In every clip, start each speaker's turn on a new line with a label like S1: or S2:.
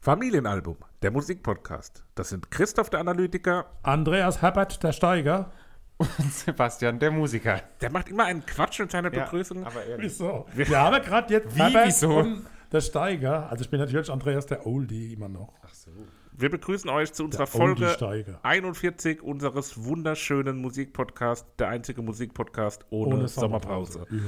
S1: Familienalbum, der Musikpodcast. Das sind Christoph der Analytiker.
S2: Andreas Herbert, der Steiger.
S3: Und Sebastian, der Musiker.
S1: Der macht immer einen Quatsch mit seiner
S3: Ja,
S1: Begrüßung.
S3: Aber ehrlich.
S2: Wieso? Wir haben gerade jetzt
S3: Wie,
S2: Herbert
S3: wieso?
S2: und der Steiger. Also ich bin natürlich Andreas der Oldie immer noch.
S1: Wir begrüßen euch zu unserer
S2: Der Oldie
S1: Folge
S2: Steiger.
S1: 41 unseres wunderschönen Musikpodcasts, der einzige Musikpodcast ohne, Sommerpause.
S2: Ja.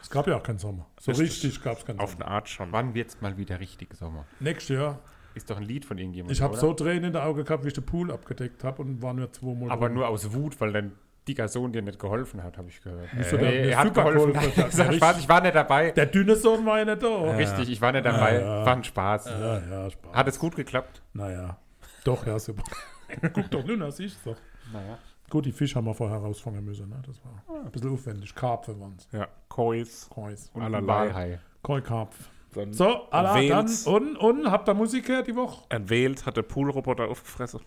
S2: Es gab ja auch keinen Sommer. So richtig gab es keinen
S1: Auf
S2: Sommer.
S1: eine Art schon.
S3: Wann wird's mal wieder richtig Sommer?
S2: Nächstes Jahr.
S3: Ist doch ein Lied von irgendjemandem.
S2: Ich habe
S3: oder?
S2: so Tränen in der Auge gehabt, wie ich den Pool abgedeckt habe und war nur zweimal.
S3: Aber
S2: drin.
S3: nur aus Wut, weil dein dicker Sohn dir nicht geholfen hat, habe ich gehört. Äh,
S2: Wieso, der hat mir
S3: er hat
S2: super
S3: geholfen.
S2: geholfen.
S3: Ich sag, Spaß, ich war nicht dabei.
S2: Der dünne Sohn war ja nicht da.
S3: Richtig, ich war nicht dabei.
S2: Ja.
S3: War ein Spaß.
S2: Ja, ja, Spaß.
S3: Hat es gut geklappt?
S2: Naja. Doch, ja, super. Guck doch, Luna, siehst du.
S3: Naja.
S2: Gut, die Fische haben wir vorher rausfangen müssen. Ne? Das war ein bisschen aufwendig. Karpfen waren es.
S1: Ja, Kois.
S2: Kreuz.
S3: Und ein
S1: Allerlei.
S3: Walhai.
S2: Koi-Karpf.
S1: Dann
S2: So, Allah, dann
S1: Wähl's.
S2: und, und, habt ihr Musik gehört die Woche?
S1: Entwählt hat der Poolroboter aufgefressen.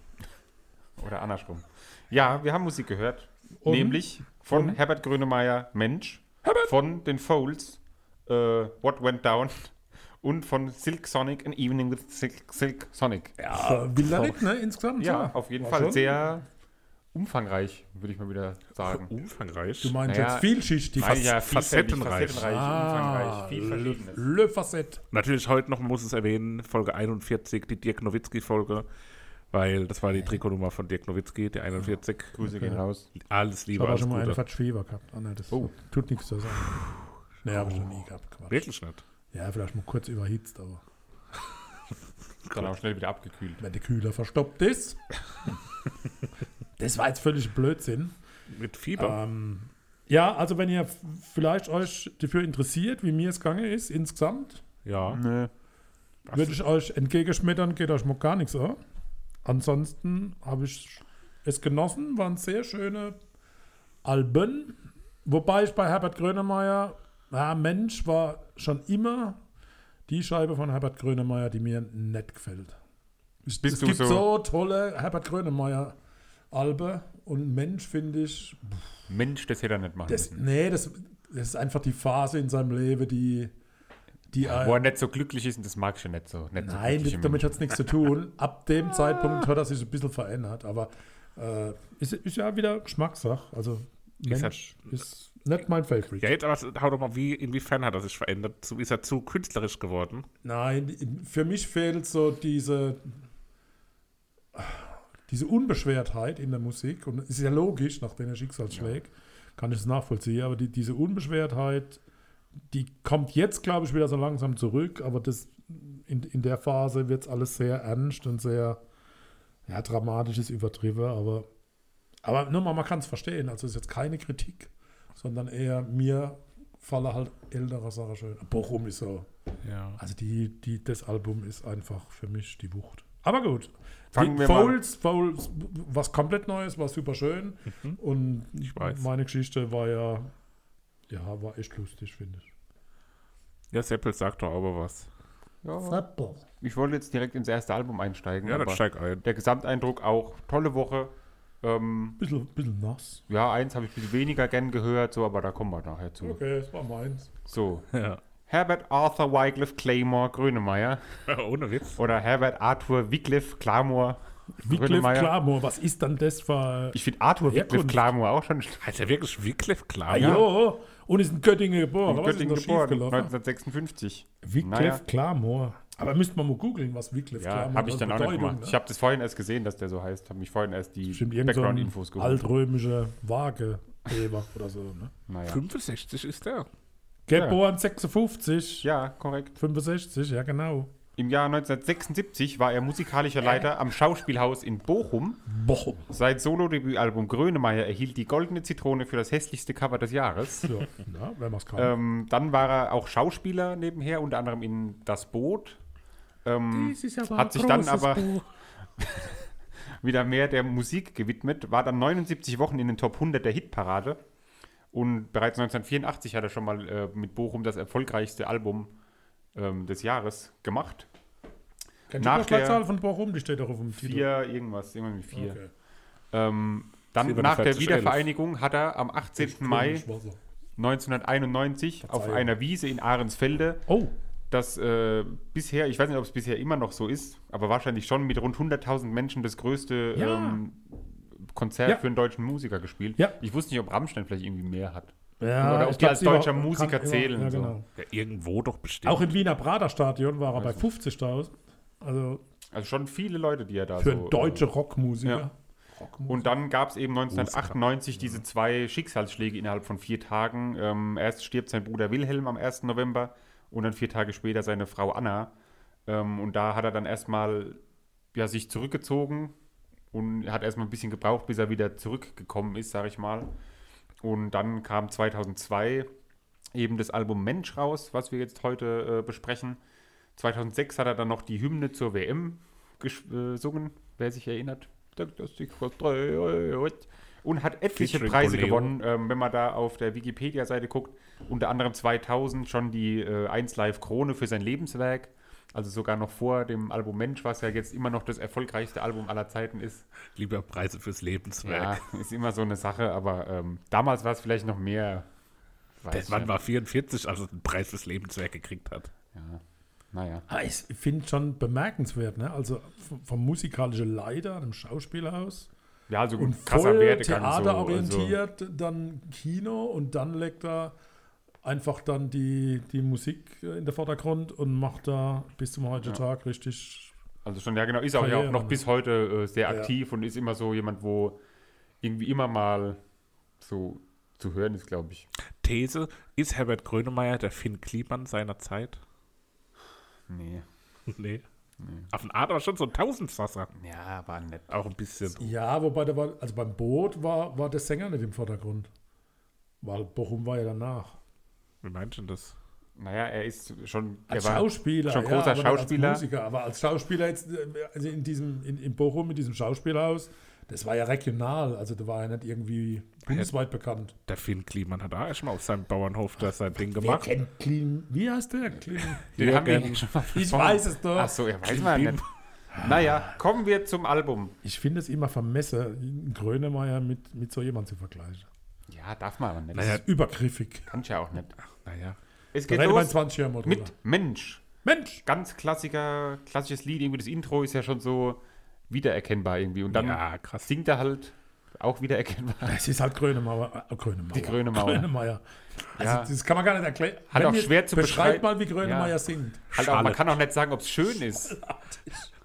S3: Oder andersrum. Ja, wir haben Musik gehört.
S2: Und?
S3: Nämlich von Herbert Grönemeyer, Mensch. Von den Folds, äh, What Went Down. Und von Silk Sonic, An Evening with Silk, Silk Sonic.
S2: Ja, will er nicht, ne, insgesamt?
S3: Ja,
S2: so.
S3: auf jeden
S2: War
S3: Fall
S2: schon.
S3: sehr umfangreich, würde ich mal wieder sagen.
S1: Oh, Umfangreich.
S2: Du meinst
S3: Naja,
S2: jetzt vielschichtig.
S3: Nein, ja,
S1: facettenreich.
S3: vielfältig, facettenreich,
S2: ah,
S3: umfangreich, viel Verschiedenes.
S2: Le, Le Facette.
S1: Natürlich heute noch, man muss es erwähnen, Folge 41, die Dirk Nowitzki-Folge, weil das war die Trikotnummer von Dirk Nowitzki, die 41.
S3: Grüße gehen raus.
S1: Alles
S2: Ich
S1: Liebe,
S2: habe auch
S1: alles
S2: schon mal einen
S1: Gute.
S2: Fatschfeber gehabt. Ah, ne, das
S3: Oh.
S2: tut nichts zu sagen. Ne, habe ich noch nie gehabt. Quatsch.
S1: Wirklich nicht.
S2: Ja, vielleicht mal kurz überhitzt, aber
S3: Dann auch schnell wieder abgekühlt.
S2: wenn der Kühler verstopft ist. das war jetzt völlig Blödsinn.
S1: Mit Fieber.
S2: Ähm, ja, also wenn ihr f- vielleicht euch dafür interessiert, wie mir es gegangen ist insgesamt,
S1: ja.
S3: Nö.
S2: würde ich euch entgegenschmettern, geht euch mal gar nichts an. Ansonsten habe ich es genossen, waren sehr schöne Alben. Wobei ich bei Herbert Grönemeyer, ja, Mensch, war schon immer die Scheibe von Herbert Grönemeyer, die mir nicht gefällt. Es,
S3: Bist
S2: es
S3: du
S2: gibt
S3: so-
S2: so, tolle Herbert Grönemeyer Alben und Mensch finde ich,
S3: Mensch, das hätte er nicht machen
S2: das,
S3: müssen.
S2: nee, das, das ist einfach die Phase in seinem Leben, die, die
S3: Wo er nicht so glücklich ist und das mag ich ja nicht so. Nicht so
S2: Nein,
S3: glückliche
S2: das, damit
S3: Menschen.
S2: hat es nichts zu tun. Ab dem Zeitpunkt hat er sich ein bisschen verändert, aber äh, ist, ist ja wieder Geschmackssache. Also Mensch ist nicht mein Favorite.
S1: ja, jetzt aber hau doch mal, wie, inwiefern hat er sich verändert? Zu- Ist er zu künstlerisch geworden?
S2: Nein, für mich fehlt so diese, diese Unbeschwertheit in der Musik. Und es ist ja logisch, nach den Schicksalsschlägen kann ich es nachvollziehen, aber die, diese Unbeschwertheit, die kommt jetzt, glaube ich, wieder so langsam zurück, aber das, in, in der Phase wird es alles sehr ernst und sehr ja, dramatisches Übertrieben, aber, aber nur mal, man kann es verstehen. Also es ist jetzt keine Kritik, sondern eher mir falle halt ältere Sachen schön. Bochum ist so.
S1: Ja.
S2: Also die, die, das Album ist einfach für mich die Wucht. Aber gut.
S3: Fangen
S2: die,
S3: wir
S2: Folds, Folds, was komplett Neues, war super schön. Und
S1: Mhm. Ich weiß.
S2: meine Geschichte war ja, ja, war echt lustig, finde ich.
S1: Ja, Seppel sagt doch aber was.
S3: ja, Ich wollte jetzt direkt ins erste Album einsteigen.
S1: Ja, dann
S3: aber
S1: steig ein.
S3: der Gesamteindruck auch. Tolle Woche. Ähm,
S2: Bisschen, bisschen nass.
S3: ja, eins habe ich ein bisschen weniger gern gehört, so, aber da kommen wir nachher zu.
S2: Okay, das war meins.
S3: So.
S1: Ja.
S3: Herbert Arthur Wycliffe Claymore Grönemeyer.
S1: Ohne Witz.
S3: Oder Herbert Arthur Wycliffe Clamor
S2: Wycliffe Klamor, was ist dann das für...
S3: Ich finde Arthur Wycliffe
S2: Herkunft.
S3: Clamor auch schon schlecht.
S1: Heißt er wirklich Wycliffe klar?
S2: Ah, jo, und ist in Göttingen geboren.
S3: In
S2: Was
S3: Göttingen
S2: ist denn da
S3: geboren,
S2: schiefgelaufen?
S3: 1956.
S2: Wycliffe
S3: Naja.
S2: Klamor. Aber müsste man mal googeln, was Wycliffe
S3: Ja, habe ich dann auch nicht gemacht. Ich habe das vorhin erst gesehen, dass der so heißt. Habe mich vorhin erst die
S2: Bestimmt irgend so ein
S3: Background-Infos geholt.
S2: altrömische Waage Eber oder so. Ne?
S3: Naja.
S1: 65 ist er.
S2: Geboren 56,
S3: Ja, korrekt.
S2: 65, ja genau.
S3: Im Jahr 1976 war er musikalischer
S2: Äh?
S3: Leiter am Schauspielhaus in Bochum.
S2: Bochum.
S3: Sein Solo-Debütalbum Grönemeyer erhielt die Goldene Zitrone für das hässlichste Cover des Jahres.
S2: Ja, na, wenn man es kann.
S3: ähm, dann war er auch Schauspieler nebenher, unter anderem in Das Boot. Ähm, hat sich dann aber wieder mehr der Musik gewidmet, war dann 79 Wochen in den Top 100 der Hitparade und bereits 1984 hat er schon mal äh, mit Bochum das erfolgreichste Album ähm, des Jahres gemacht.
S2: Kennst
S3: nach
S2: du die Schlagzahl
S3: der-
S2: von Bochum? Die steht doch auf dem Titel.
S3: Vier, irgendwas, irgendwas mit vier.
S2: Okay.
S3: Ähm, dann
S1: Silberne
S3: nach
S1: 40,
S3: der
S1: elf.
S3: Wiedervereinigung hat er am 18. Mai
S2: Komisch war so.
S3: 1991 auf
S2: Verzeihung.
S3: einer Wiese in Ahrensfelde
S2: Oh,
S3: das äh, bisher, ich weiß nicht, ob es bisher immer noch so ist, aber wahrscheinlich schon mit rund 100.000 Menschen das größte
S2: Ja.
S3: ähm, Konzert
S2: Ja.
S3: für einen deutschen Musiker gespielt.
S2: Ja.
S3: Ich wusste nicht, ob Rammstein vielleicht irgendwie mehr hat.
S2: Ja,
S3: Oder ob
S2: ich
S3: die
S2: glaub,
S3: als
S2: sie war-
S3: deutscher
S2: kann
S3: Musiker
S2: immer-
S3: zählen,
S2: Ja,
S3: so.
S2: genau.
S1: Ja, irgendwo doch bestimmt.
S2: Auch im Wiener Prater Stadion war er bei 50.000. Also
S3: Also schon viele Leute, die er da
S2: für
S3: so. äh, ähm,
S2: deutsche Rockmusiker.
S3: ja.
S2: Rockmusiker.
S3: Und dann gab es eben 1998 diese zwei Schicksalsschläge innerhalb von vier Tagen. Ähm, erst stirbt sein Bruder Wilhelm am 1. November und dann vier Tage später seine Frau Anna. Ähm, und da hat er dann erstmal ja, sich zurückgezogen und hat erstmal ein bisschen gebraucht, bis er wieder zurückgekommen ist, sage ich mal. Und dann kam 2002 eben das Album Mensch raus, was wir jetzt heute äh, besprechen. 2006 hat er dann noch die Hymne zur WM äh, gesungen, wer sich erinnert. Und hat etliche
S1: Featuring
S3: Preise
S1: Bolero.
S3: gewonnen, ähm, wenn man da auf der Wikipedia-Seite guckt. Unter anderem 2000 schon die äh, 1 Live Krone für sein Lebenswerk. Also sogar noch vor dem Album Mensch, was ja jetzt immer noch das erfolgreichste Album aller Zeiten ist.
S1: Lieber Preise fürs
S3: Ja,
S1: Lebenswerk.
S3: ist immer so eine Sache, aber ähm, damals war es vielleicht noch mehr. Weiß
S1: Der
S3: ich
S1: Mann
S3: nicht.
S1: war 44, als er den also Preis fürs Lebenswerk gekriegt hat.
S3: Ja. Naja.
S2: Aber Ah, ich finde schon bemerkenswert, ne? Also v- vom musikalischen Leiter, einem Schauspielhaus.
S3: Ja, also
S2: Und
S3: krasser
S2: voll
S3: Werdegang. also.
S2: theaterorientiert, dann Kino und dann legt er einfach dann die, die Musik äh, in den Vordergrund und macht da bis zum heutigen Tag richtig.
S3: So. Also, also schon, ja genau, ist auch, ja auch
S2: Karriere,
S3: noch
S2: ne?
S3: bis heute äh, sehr
S2: Ja.
S3: aktiv und ist immer so jemand, wo irgendwie immer mal so zu hören ist, glaube ich.
S1: These, ist Herbert Grönemeyer der Finn Kliman seiner Zeit?
S3: Nee.
S1: nee. Auf eine Art aber schon so ein Tausendfasser.
S3: Ja, war nett.
S1: Auch ein bisschen.
S2: Ja, wobei da war, also beim Boot war, war der Sänger nicht im Vordergrund. Weil Bochum war ja danach.
S1: Wie meint denn das?
S3: Naja, er ist schon.
S2: Als
S3: er war-
S2: Schauspieler.
S3: schon großer
S2: aber nicht
S3: Schauspieler.
S2: Als Musiker, aber als Schauspieler jetzt, äh, also in diesem, in, in Bochum, mit diesem Schauspielhaus, das war ja regional, also da war ja nicht irgendwie bundesweit bekannt.
S1: Der Finn Kliman hat auch schon mal auf seinem Bauernhof da sein Ding gemacht.
S2: kennt Clean? Wie heißt der? Clean.
S3: Den haben wir
S1: Jürgen.
S3: nicht schon mal
S2: Ich
S3: besprochen.
S2: weiß es doch.
S3: Ach so, ja, weiß man nicht. Naja, kommen wir zum Album.
S2: Ich finde es immer vermesse, Grönemeyer mit, mit so jemandem zu vergleichen.
S3: Ja, darf man aber nicht.
S1: Naja.
S2: Übergriffig.
S3: Kann ich ja auch nicht.
S1: Naja.
S3: Es
S2: Da
S3: geht
S2: redet man in
S3: los
S2: 20 Jahren mal drüber.
S3: mit Mensch.
S2: Mensch!
S3: Ganz klassiker, klassisches Lied. Irgendwie das Intro ist ja schon so wiedererkennbar irgendwie. Und dann
S1: Ja, krass.
S3: singt er halt auch wiedererkennbar.
S2: Es ist halt Grönemeyer. Äh, Grönemeyer.
S3: Die Grönemeyer.
S2: Grönemeyer. Also,
S3: Ja.
S2: das kann man gar nicht erklären.
S3: Hat
S2: Wenn
S3: auch
S2: ihr-
S3: schwer zu
S2: Beschreibt mal,
S3: beschreiben.
S2: wie Grönemeyer
S3: Ja.
S2: singt.
S3: Halt auch, man
S1: Schallend.
S3: kann auch nicht sagen, ob es schön ist.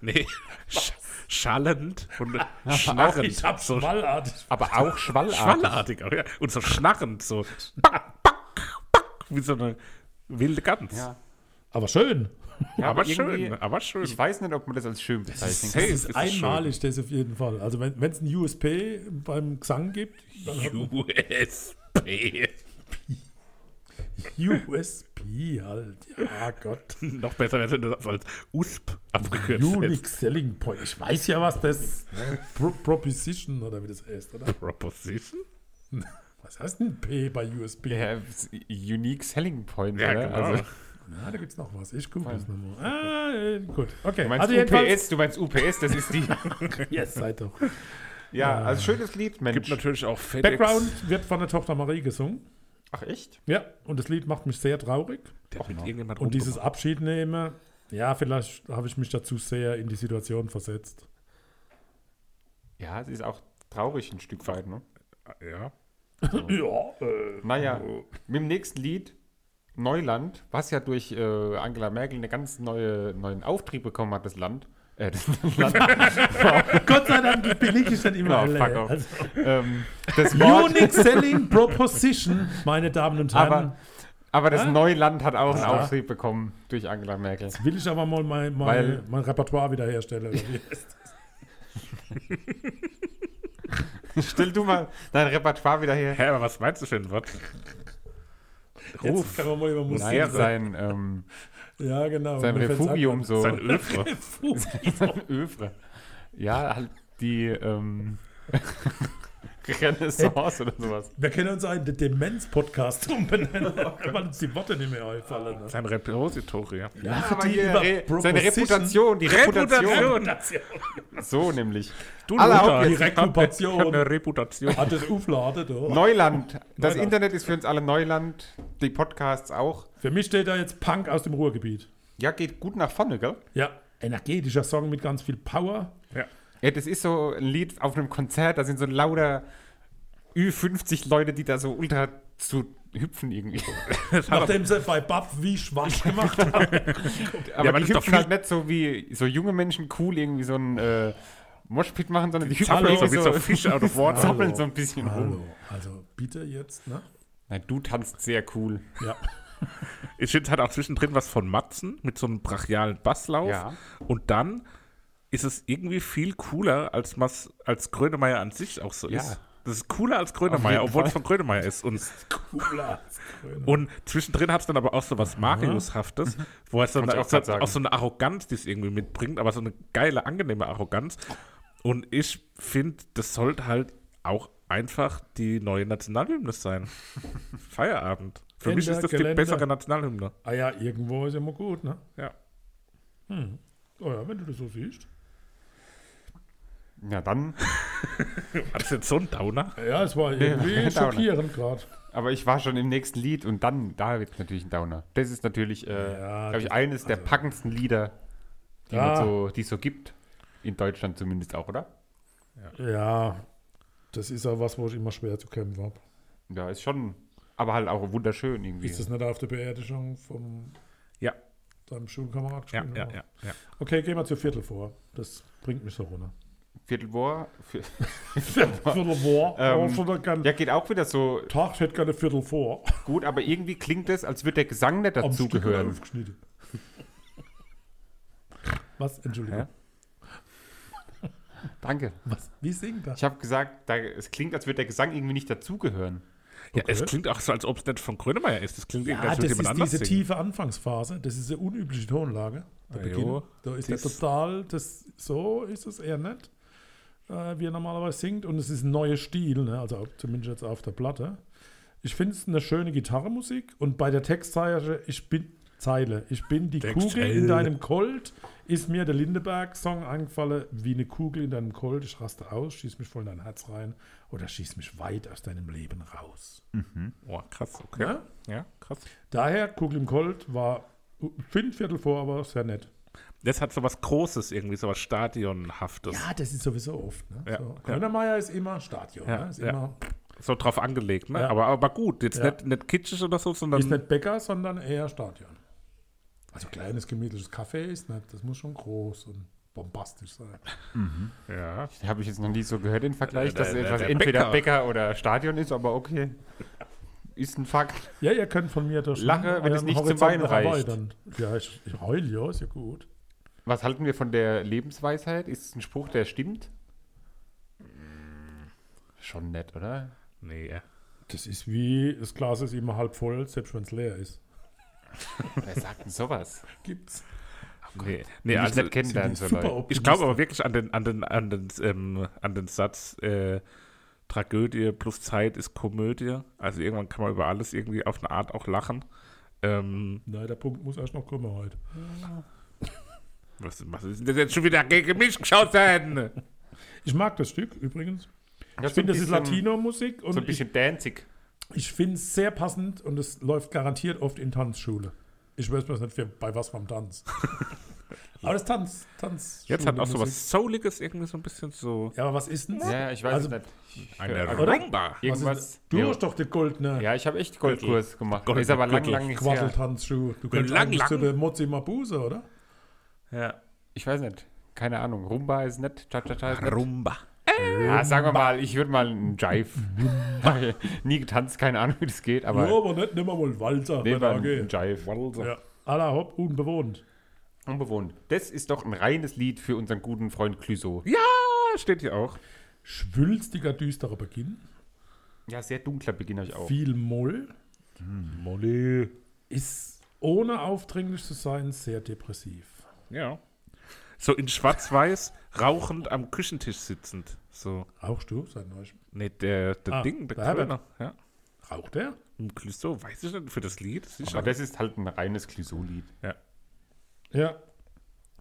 S1: Nee. Sch schallend und
S3: Ach,
S1: schnarrend.
S2: Ich hab's
S1: so
S2: schmallartig.
S3: Aber auch schwallartig.
S1: schwallartig. auch, Ja. Und so schnarrend. So. Back, back, back, wie so eine wilde Gans.
S3: Ja.
S2: Aber schön.
S3: Ja,
S1: aber,
S3: irgendwie-
S1: schön. Aber schön.
S3: Ich weiß nicht, ob man das als schön bezeichnen
S1: Hey,
S2: Das ist,
S3: kann.
S1: ist das
S2: einmalig, das auf jeden Fall. Also, wenn es einen USP beim Gesang gibt, dann hat
S1: USP.
S2: man USP halt. Ja, Gott.
S1: Noch besser wäre das als USP abgekürzt.
S2: Unique Selling Point. Ich weiß ja, was das ne, Pro Proposition oder wie das heißt, oder?
S1: Proposition?
S2: Was heißt denn P bei USB?
S3: Ja, unique Selling Point,
S1: Ja,
S3: oder?
S1: genau.
S3: Also,
S2: Na, da gibt's noch was. Ich gucke das nochmal. Ah, äh, gut. Okay.
S3: du meinst
S2: jedenfalls-
S3: UPS, du meinst UPS, das ist die.
S2: Yes, seid doch.
S3: ja, also schönes Lied,
S1: Gibt
S3: Mensch.
S1: natürlich auch FedEx.
S2: Background wird von der Tochter Marie gesungen.
S3: Ach echt?
S2: Ja, und das Lied macht mich sehr traurig.
S1: Der hat mit irgendjemand
S2: Und dieses Abschied nehmen, ja, vielleicht habe ich mich dazu sehr in die Situation versetzt.
S3: Ja, es ist auch traurig ein Stück weit, ne?
S1: rumgemacht. Ja.
S2: Ja, äh,
S3: Naja, mit dem nächsten Lied Neuland, was ja durch äh, Angela Merkel einen ganz neue, neuen Auftrieb bekommen hat, das Land. Äh, das Land.
S2: Gott sei Dank billig ich dann immer
S3: Ja,
S2: alle.
S3: Genau, fuck off.
S2: Also,
S3: ähm, das Wort,
S2: Unique Selling Proposition, meine Damen und Herren.
S3: aber, aber das Neuland hat auch einen
S2: Ja.
S3: Auftrieb bekommen durch Angela Merkel.
S2: Will ich aber mal mein, mein,
S3: Weil-
S2: mein Repertoire wiederherstellen.
S3: Stell du mal dein Repertoire wieder her.
S1: Hä, aber was meinst du für ein Wort?
S2: Jetzt
S1: Ruf.
S2: können wir mal über Musik
S3: Nein,
S2: reden.
S3: sein, ähm,
S2: Ja, genau.
S3: sein
S2: Mir fällt's
S3: Refugium
S2: ab.
S3: so.
S1: Sein Öl.
S3: Övre. Ja, halt die ähm, Renaissance oder sowas.
S2: Wir können uns einen Demenz-Podcast umbenennen, weil uns die Worte nicht mehr einfallen. Ne?
S1: Sein Repository.
S2: Ja,
S3: Aber
S2: die
S3: hier
S2: über
S3: Re seine
S2: Proposition-
S3: Reputation, die Reputation. So nämlich. Alle
S1: Mutter,
S3: auf
S2: Die
S3: jetzt.
S1: Ich habe
S2: Rekrupation
S1: eine Reputation.
S2: hat das aufladen. oder?
S3: Neuland. Das
S2: Neuland.
S3: Internet ist für uns alle Neuland. Die Podcasts auch.
S2: Für mich steht da jetzt Punk aus dem Ruhrgebiet.
S3: Ja, geht gut nach vorne, gell?
S2: Ja, energetischer Song mit ganz viel Power.
S1: Ja.
S3: Ja, das ist so ein Lied auf einem Konzert, da sind so lauter Ü50 Leute, die da so ultra zu hüpfen irgendwie.
S2: Nachdem sie bei Bab wie schwach gemacht haben.
S3: Aber
S1: aber
S3: die
S1: das ist doch
S3: hüpfen halt nicht so wie so junge Menschen cool irgendwie so ein äh, Moshpit machen, sondern die, hüpfen
S1: zappeln
S3: irgendwie
S1: so wie so Fish out of water.
S3: zappeln so ein bisschen rum.
S2: Hallo, also bitte jetzt, ne?
S3: Na, du tanzt sehr cool.
S2: Ja.
S1: Ich finde, es hat auch zwischendrin was von Matzen mit so einem brachialen Basslauf.
S3: Ja.
S1: Und dann ist es irgendwie viel cooler, als, mas, als Grönemeyer an sich auch so
S3: Ja.
S1: ist. Das ist cooler als
S3: Auf
S1: Grönemeyer,
S3: jeden
S1: obwohl es
S3: Fall.
S1: von Grönemeyer ist. Und,
S2: Cooler.
S1: und zwischendrin hat es dann aber auch so was Mariushaftes, wo es dann
S3: Wollte ich
S1: auch,
S3: auch grad sagen.
S1: auch so eine Arroganz, die es irgendwie mitbringt, aber so eine geile, angenehme Arroganz. Und ich finde, das sollte halt auch einfach die neue Nationalhymne sein. Feierabend. Für mich
S2: Ende
S1: ist das
S2: Gelände.
S1: die bessere Nationalhymne.
S2: Ah ja, irgendwo ist ja mal gut, ne?
S1: Ja.
S2: Oh ja, wenn du das so siehst.
S3: Ja, dann.
S1: War das jetzt so ein Downer?
S2: Ja, es war irgendwie
S3: Ja, Downer.
S2: schockierend gerade.
S3: Aber ich war schon im nächsten Lied und dann, da wird natürlich ein Downer. Das ist natürlich, äh,
S2: Ja,
S3: glaube ich,
S2: das-
S3: eines der
S2: also-
S3: packendsten Lieder, die
S2: Ja.
S3: man so, die es so gibt. In Deutschland zumindest auch, oder?
S2: Ja, das ist auch was, wo ich immer schwer zu kämpfen habe.
S3: Ja, ist schon, aber halt auch wunderschön irgendwie.
S2: Ist das nicht auf der Beerdigung von
S1: Ja.
S2: deinem Schulkamerad
S1: Ja,
S2: gespielt
S1: ja,
S2: worden?
S1: ja, ja.
S2: Okay, gehen wir zur Viertel vor. Das bringt mich so runter.
S3: Viertelbohr. Vier
S2: Viertel vor?
S3: Ähm,
S2: Oh, schon da kein
S3: ja, geht auch wieder so
S2: Tag, ich hätte gerne Viertel vor.
S3: gut, aber irgendwie klingt es, als würde der Gesang nicht
S2: Am Stück
S3: dazugehören.
S2: aufgeschnitten. Was? Entschuldigung.
S3: Hä? Danke.
S2: Was? Wie singt das?
S3: Ich habe gesagt, da, es klingt, als würde der Gesang irgendwie nicht dazugehören.
S1: Ja, es
S2: Okay.
S1: klingt auch so, als ob es nicht von Grönemeyer ist. Das klingt irgendwie,
S2: Ja,
S1: als
S2: das
S1: würde
S2: ist
S1: jemand
S2: diese
S1: anders singen.
S2: tiefe Anfangsphase. Das ist eine unübliche Tonlage. Der
S1: Ah,
S2: Beginn.
S1: jo.
S2: Da ist der
S1: Dies-
S2: total, das, so ist es eher nicht, äh, wie er normalerweise singt. Und es ist ein neuer Stil, ne? also auf- zumindest jetzt auf der Platte. Ich finde es eine schöne Gitarrenmusik. Und bei der Textzeile, ich bin, Zeile, ich bin die Kugel in
S1: Textzeile.
S2: deinem Colt, ist mir der Lindeberg-Song eingefallen, wie eine Kugel in deinem Colt. Ich raste aus, schieß mich voll in dein Herz rein oder schieß mich weit aus deinem Leben raus.
S1: Boah, Oh, krass, okay.
S2: Ja?
S1: Ja, krass.
S2: Daher, Kugel im Colt war, finde Viertel vor, aber sehr nett.
S1: Das hat so was Großes irgendwie, so was Stadionhaftes.
S2: Ja, das ist sowieso oft. Ne?
S1: Ja,
S2: so.
S1: ja.
S2: Grönemeyer ist immer Stadion.
S1: Ja,
S2: ne? ist,
S1: ja.
S2: immer,
S1: So drauf angelegt, ne?
S2: Ja.
S1: Aber, aber gut, jetzt
S2: Ja.
S1: nicht, nicht kitschig oder so, sondern
S2: ist nicht Bäcker, sondern eher Stadion. Also kleines, gemütliches Café ist nicht, das muss schon groß und bombastisch sein.
S1: ja.
S3: Habe ich jetzt noch nie so gehört im Vergleich,
S1: Äh,
S3: dass
S1: der-
S3: etwas
S1: der
S3: entweder
S1: Bäcker.
S3: Bäcker oder Stadion ist, aber okay. Ist ein Fakt.
S2: Ja, ihr könnt von mir durch
S3: Lache, wenn es
S2: euren
S3: nicht zum
S2: Horizont
S3: Weinen
S2: noch
S3: reicht.
S2: erweitern. Ja, ich, ich heule ja, ist ja gut.
S3: Was halten wir von der Lebensweisheit? Ist es ein Spruch, der stimmt? Hm, Schon nett, oder?
S1: Nee.
S2: Das ist wie, das Glas ist immer halb voll, selbst wenn es leer ist.
S3: Wer sagt denn sowas?
S2: Gibt's.
S1: Nee, nee
S3: Die ich
S1: also
S3: nicht kennenlernen
S2: sind die
S3: soll.
S2: super
S3: Leute.
S1: ich glaube aber wirklich an den, an den, an den, ähm, an den Satz, äh, Tragödie plus Zeit ist Komödie. Also irgendwann kann man über alles irgendwie auf eine Art auch lachen. Ähm,
S2: Nein, der Punkt muss erst noch kommen heute.
S1: was, was ist denn das jetzt schon wieder gegen mich geschaut sein?
S2: Ich mag das Stück übrigens.
S3: Ja,
S2: Ich finde, das ist
S3: so ein bisschen-
S2: Latino-Musik und
S3: So ein
S2: ich
S3: bisschen danzig.
S2: Ich finde es sehr passend und es läuft garantiert oft in Tanzschule. Ich weiß bloß nicht, wer- bei was beim Tanz. aber das Tanz, Tanz.
S1: Jetzt hat auch so was Souliges irgendwie so ein bisschen so.
S2: Ja, aber was ist denn?
S3: Ja, ich weiß
S2: Also,
S3: es nicht. Ich
S1: Eine
S3: hör-
S2: Oder?
S1: Rumba.
S2: was ist
S3: Irgendwas.
S2: denn? Du
S3: Ja.
S2: hast doch den goldenen
S3: Ja, ich habe echt Goldkurs gemacht.
S1: Gold-
S3: ist aber lang,
S1: Gürtel.
S3: lang nicht her.
S2: Quaddeltanzschuh. Du kannst
S1: lang,
S2: eigentlich
S1: lang.
S2: zu der Mozi Mabuse, oder?
S1: Ja.
S3: Ich weiß nicht. Keine Ahnung. Rumba ist nett. Cha-cha-cha ist nett.
S1: Rumba.
S3: Ja, sagen wir mal, ich würde mal einen Jive. Nie getanzt, keine Ahnung, wie das geht,
S2: Ja,
S3: aber
S2: aber nicht, nehmen wir mal Walzer. wenn
S3: nehmen wir
S2: er
S3: einen
S2: geht.
S3: Jive.
S2: Ja. Alla hopp, unbewohnt.
S3: Unbewohnt. Das ist doch ein reines Lied für unseren guten Freund Clüso.
S1: Ja, steht hier auch.
S2: Schwülstiger, düsterer Beginn.
S3: Ja, sehr dunkler Beginn euch auch.
S2: Viel Moll.
S1: Oh. Hm, Molly.
S2: Ist, ohne aufdringlich zu sein, sehr depressiv.
S1: Ja. So in schwarz-weiß, rauchend am Küchentisch sitzend. So.
S2: Rauchst du seit neuestem?
S1: Nee, der, der
S2: Ah,
S1: Ding, der
S2: der Herbert.
S1: Kröner. Ja.
S2: Raucht er?
S1: Im Clueso, weiß ich nicht, für das Lied. Sicher.
S3: Aber das ist halt ein reines Clüso-Lied.
S1: ja.
S2: Ja.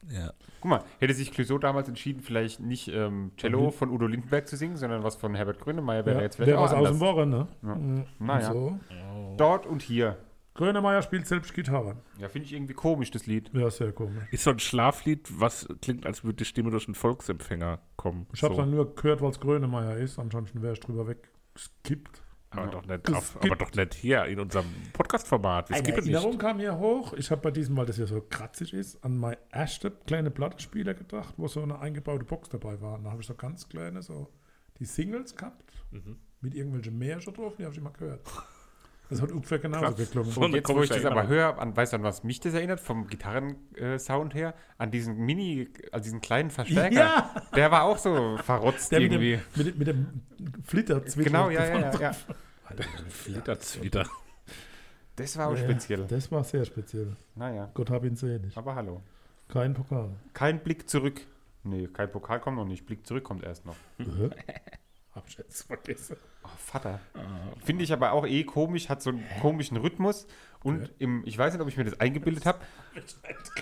S1: ja.
S3: Guck mal, hätte sich Clüso damals entschieden, vielleicht nicht ähm, Cello
S2: Mhm.
S3: von Udo Lindenberg zu singen, sondern was von Herbert Grönemeyer wäre
S2: ja,
S3: jetzt vielleicht
S2: wäre
S3: auch
S2: was aus dem
S3: anders.
S2: Woche, ne? Mhm.
S3: Naja.
S2: So.
S3: Dort und hier.
S2: Grönemeyer spielt selbst Gitarre.
S3: Ja, finde ich irgendwie komisch, das Lied.
S2: Ja, sehr komisch.
S1: Ist so ein Schlaflied, was klingt, als würde die Stimme durch einen Volksempfänger kommen.
S2: Ich habe
S1: so.
S2: dann nur gehört, weil es Grönemeyer ist. Ansonsten wäre ich drüber weggeskippt.
S1: aber, doch nicht
S2: Es
S1: auf,
S2: gibt-
S1: aber doch nicht hier in unserem Podcast-Format. Es
S2: Eine
S1: gibt ja
S2: Äh, Erinnerung
S1: nicht.
S2: kam hier hoch. Ich habe bei diesem, weil das ja so kratzig ist, an meine erste kleine Plattenspieler gedacht, wo so eine eingebaute Box dabei war. Und Da habe ich so ganz kleine, so die Singles gehabt,
S3: Mhm.
S2: mit irgendwelchen Märchen drauf, die habe ich immer gehört. Das hat ungefähr genauso
S1: Krass.
S2: geklungen.
S1: So eine
S3: Jetzt, wo ich
S1: komische
S3: das aber
S1: Erinnerung.
S3: höre, an, weißt du, an was mich das erinnert? Vom Gitarrensound her? An diesen Mini, an diesen kleinen Verstärker.
S2: Ja.
S3: Der war auch so verrotzt
S2: Der mit
S3: irgendwie.
S2: dem, mit, dem- mit dem Flitter zwischen.
S3: genau, ja, ja, ja, ja.
S1: Flitterzwitter.
S3: Das war auch
S2: Ja,
S3: speziell.
S2: Das war sehr speziell.
S3: Naja,
S2: Gott hab ihn selig.
S3: aber hallo.
S2: Kein Pokal.
S3: Kein Blick zurück. Nee, kein Pokal kommt noch nicht. Blick zurück kommt erst noch.
S2: Hä? hab ich jetzt vergessen.
S3: Oh, Vater. Finde ich aber auch eh komisch, hat so einen komischen Rhythmus. Und im, ich weiß nicht, ob ich mir das eingebildet habe,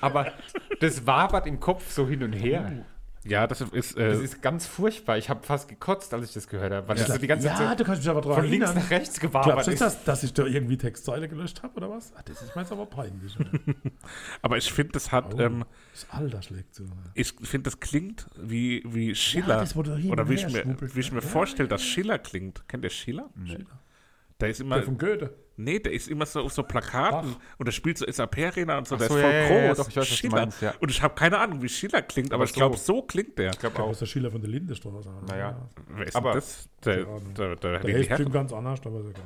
S3: aber das wabert im Kopf so hin und her.
S1: Ja, das ist, äh,
S3: Das ist ganz furchtbar. Ich habe fast gekotzt, als ich das gehört habe, weil das so also die ganze
S2: Ja,
S3: Zeit
S2: du kannst mich aber
S3: so
S2: dran
S3: von links
S2: erinnern.
S3: nach rechts
S2: Glaubst
S3: gewabert
S2: du,
S3: ist.
S2: dass, dass ich da irgendwie Textzeile gelöscht habe oder was? Ah, das ist mir jetzt aber peinlich. Oder?
S1: aber ich finde, das hat,
S2: Oh,
S1: ähm,
S2: das Alter schlägt so.
S1: ich finde, das klingt wie, wie Schiller.
S2: das, wo du hin
S1: Oder
S2: und
S1: wie ich
S2: her
S1: mir,
S2: schwuppelst,
S1: wie ich mir
S2: ja.
S1: vorstelle, dass Schiller klingt. Kennt ihr Schiller? Nee. Da ist immer,
S2: Der von Goethe.
S1: Nee, der ist immer so auf so Plakaten und der spielt so SAP-Arena und so, der
S3: so,
S1: ist voll
S3: ja,
S1: groß.
S3: ja, ja, doch, ich weiß, was du
S1: Schiller.
S3: meinst, ja.
S1: Und ich habe keine Ahnung, wie Schiller klingt, aber,
S3: Aber
S1: ich glaube,
S3: so.
S1: so klingt der.
S3: ich glaube
S2: Das
S3: auch.
S2: ist der Schiller von der Lindenstraße. oder?
S3: Naja,
S1: Wer ist
S3: Aber-
S1: denn das? Der,
S2: Keine Ahnung.
S1: der, der,
S2: Der
S1: der
S2: ist
S1: Herr-
S2: bestimmt ganz anders, aber ist egal.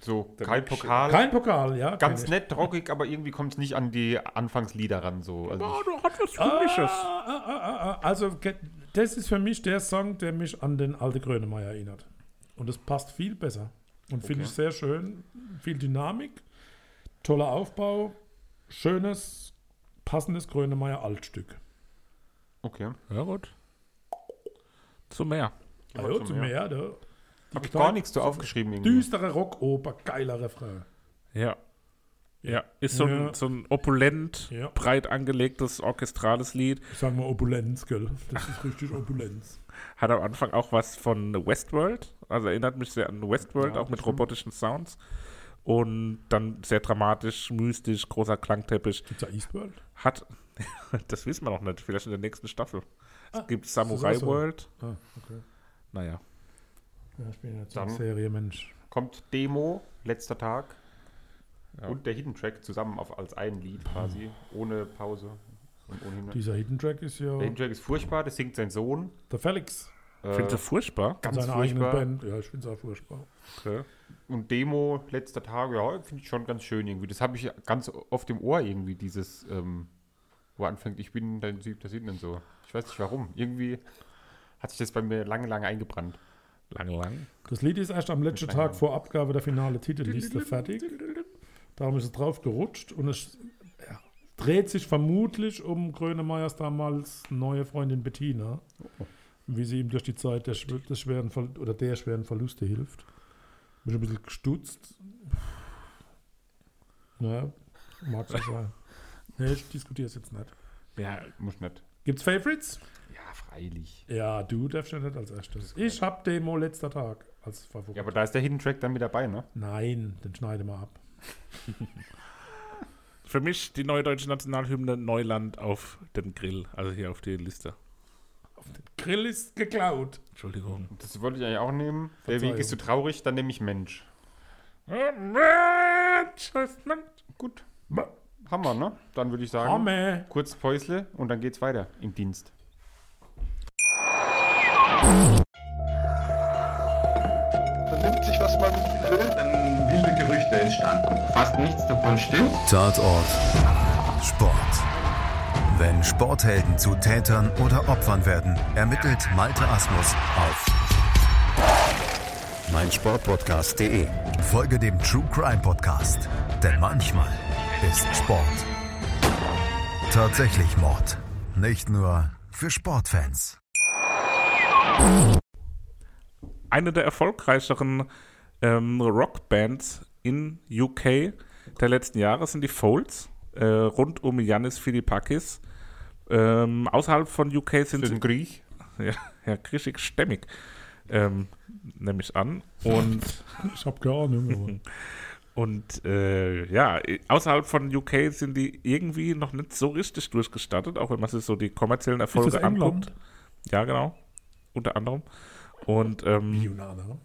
S3: so kein Pokal.
S2: Kein Pokal, ja.
S3: ganz
S2: keine-
S3: nett, rockig, aber irgendwie kommt es nicht an die Anfangslieder ran. So. Also,
S1: Oh, du hast was
S2: Ah,
S1: Komisches.
S2: ah, ah, ah, also, ge- das ist für mich der Song, der mich an den alte Grönemeyer erinnert. Und es passt viel besser. Und finde ich sehr schön. Viel Dynamik, toller Aufbau, schönes, passendes Grönemeyer Altstück.
S3: okay.
S1: Ja, gut. Zu mehr.
S2: Ah, ja,
S3: zum
S2: zum Meer, da.
S3: Habe ich gar nichts so aufgeschrieben. Irgendwie.
S2: Düstere Rockoper, geiler Refrain.
S1: Ja. Ja, ist so,
S2: Ja.
S1: Ein, so ein opulent,
S2: Ja.
S1: breit angelegtes, orchestrales Lied.
S2: Ich sag mal Opulenz, gell? Das ist richtig Opulenz.
S1: Hat am Anfang auch was von Westworld. Also erinnert mich sehr an Westworld,
S3: Ja,
S1: auch mit robotischen Sounds. Und dann sehr dramatisch, mystisch, großer Klangteppich.
S2: Gibt's da Eastworld?
S1: Hat, das wissen wir noch nicht, vielleicht in der nächsten Staffel. Es gibt
S2: das
S1: Samurai
S2: ist auch so.
S1: World.
S2: Ah, okay.
S1: Naja.
S2: Ja, ich bin jetzt
S3: Dann-
S2: ein Serienmensch.
S3: Kommt Demo, letzter Tag
S1: Ja.
S3: und der Hidden Track zusammen auf, als ein Lied quasi, ohne Pause und ohne Hinweis.
S2: Dieser Hidden Track ist ja
S3: Der Hidden Track ist furchtbar, das singt sein Sohn.
S2: der Felix.
S3: Äh,
S1: Findest du furchtbar?
S2: Ganz
S3: ganz
S2: seiner eigenen
S3: furchtbar.
S2: Band. Ja, ich finde es auch furchtbar.
S1: Okay.
S3: Und Demo, letzter Tag, ja, finde ich schon ganz schön irgendwie. Das habe ich ganz oft im Ohr irgendwie, dieses, ähm, wo er anfängt, ich bin dein siebter Sinn und so. Ich weiß nicht warum. Irgendwie hat sich das bei mir lange, lange eingebrannt.
S1: Lang, lang.
S2: Das Lied ist erst am letzten
S3: Schleimer.
S2: Tag vor Abgabe der finale Titelliste fertig. Darum ist es drauf gerutscht und es ja, dreht sich vermutlich um Grönemeyers damals neue Freundin Bettina, wie sie ihm durch die Zeit der, schw- des schweren Ver oder der schweren Verluste hilft. Bin schon ein bisschen gestutzt. Naja, mag so sein. Nee, ich diskutiere es jetzt nicht.
S1: Ja,
S3: Muss nicht.
S2: Gibt's Favorites?
S3: Ja, freilich.
S2: Ja, du darfst ja nicht als erstes. Ich hab Demo letzter Tag als Favorit.
S3: Ja, aber da ist der Hidden Track dann mit dabei, ne?
S2: Nein, den schneide mal ab.
S1: für mich die neue deutsche Nationalhymne Neuland auf dem Grill, also hier auf die Liste.
S2: Grill ist geklaut.
S1: Entschuldigung.
S3: Das wollte ich eigentlich auch nehmen. Der
S2: Verzeihung.
S3: Weg ist so traurig, dann nehme ich Mensch.
S1: Oh,
S3: Gut. Haben wir, ne? Dann würde ich sagen,
S2: Amme.
S3: kurz Päusle und dann geht's weiter im Dienst.
S4: Man nimmt sich, was man will.
S5: dann wilde Gerüchte entstanden. Fast nichts davon stimmt.
S6: Tatort Sport. Wenn Sporthelden zu Tätern oder Opfern werden, ermittelt Malte Asmus auf meinsportpodcast.de. Folge dem True Crime Podcast, denn manchmal ist Sport tatsächlich Mord. Nicht nur für Sportfans.
S1: Eine der erfolgreicheren ähm, Rockbands in UK der letzten Jahre sind die Folds, äh, rund um Yannis Philippakis. Ähm, außerhalb von UK sind
S3: Das ist
S1: sie
S3: ein Griech.
S1: ja, ja, richtig stämmig, ähm, nehme ich an. Und Hm.
S2: Ich hab keine Ahnung. Aber
S1: Und äh, ja, außerhalb von UK sind die irgendwie noch nicht so richtig durchgestattet, auch wenn man sich so die kommerziellen Erfolge
S2: das England?
S1: anguckt. Ja, genau. Unter anderem. Und ähm,
S2: Leonardo.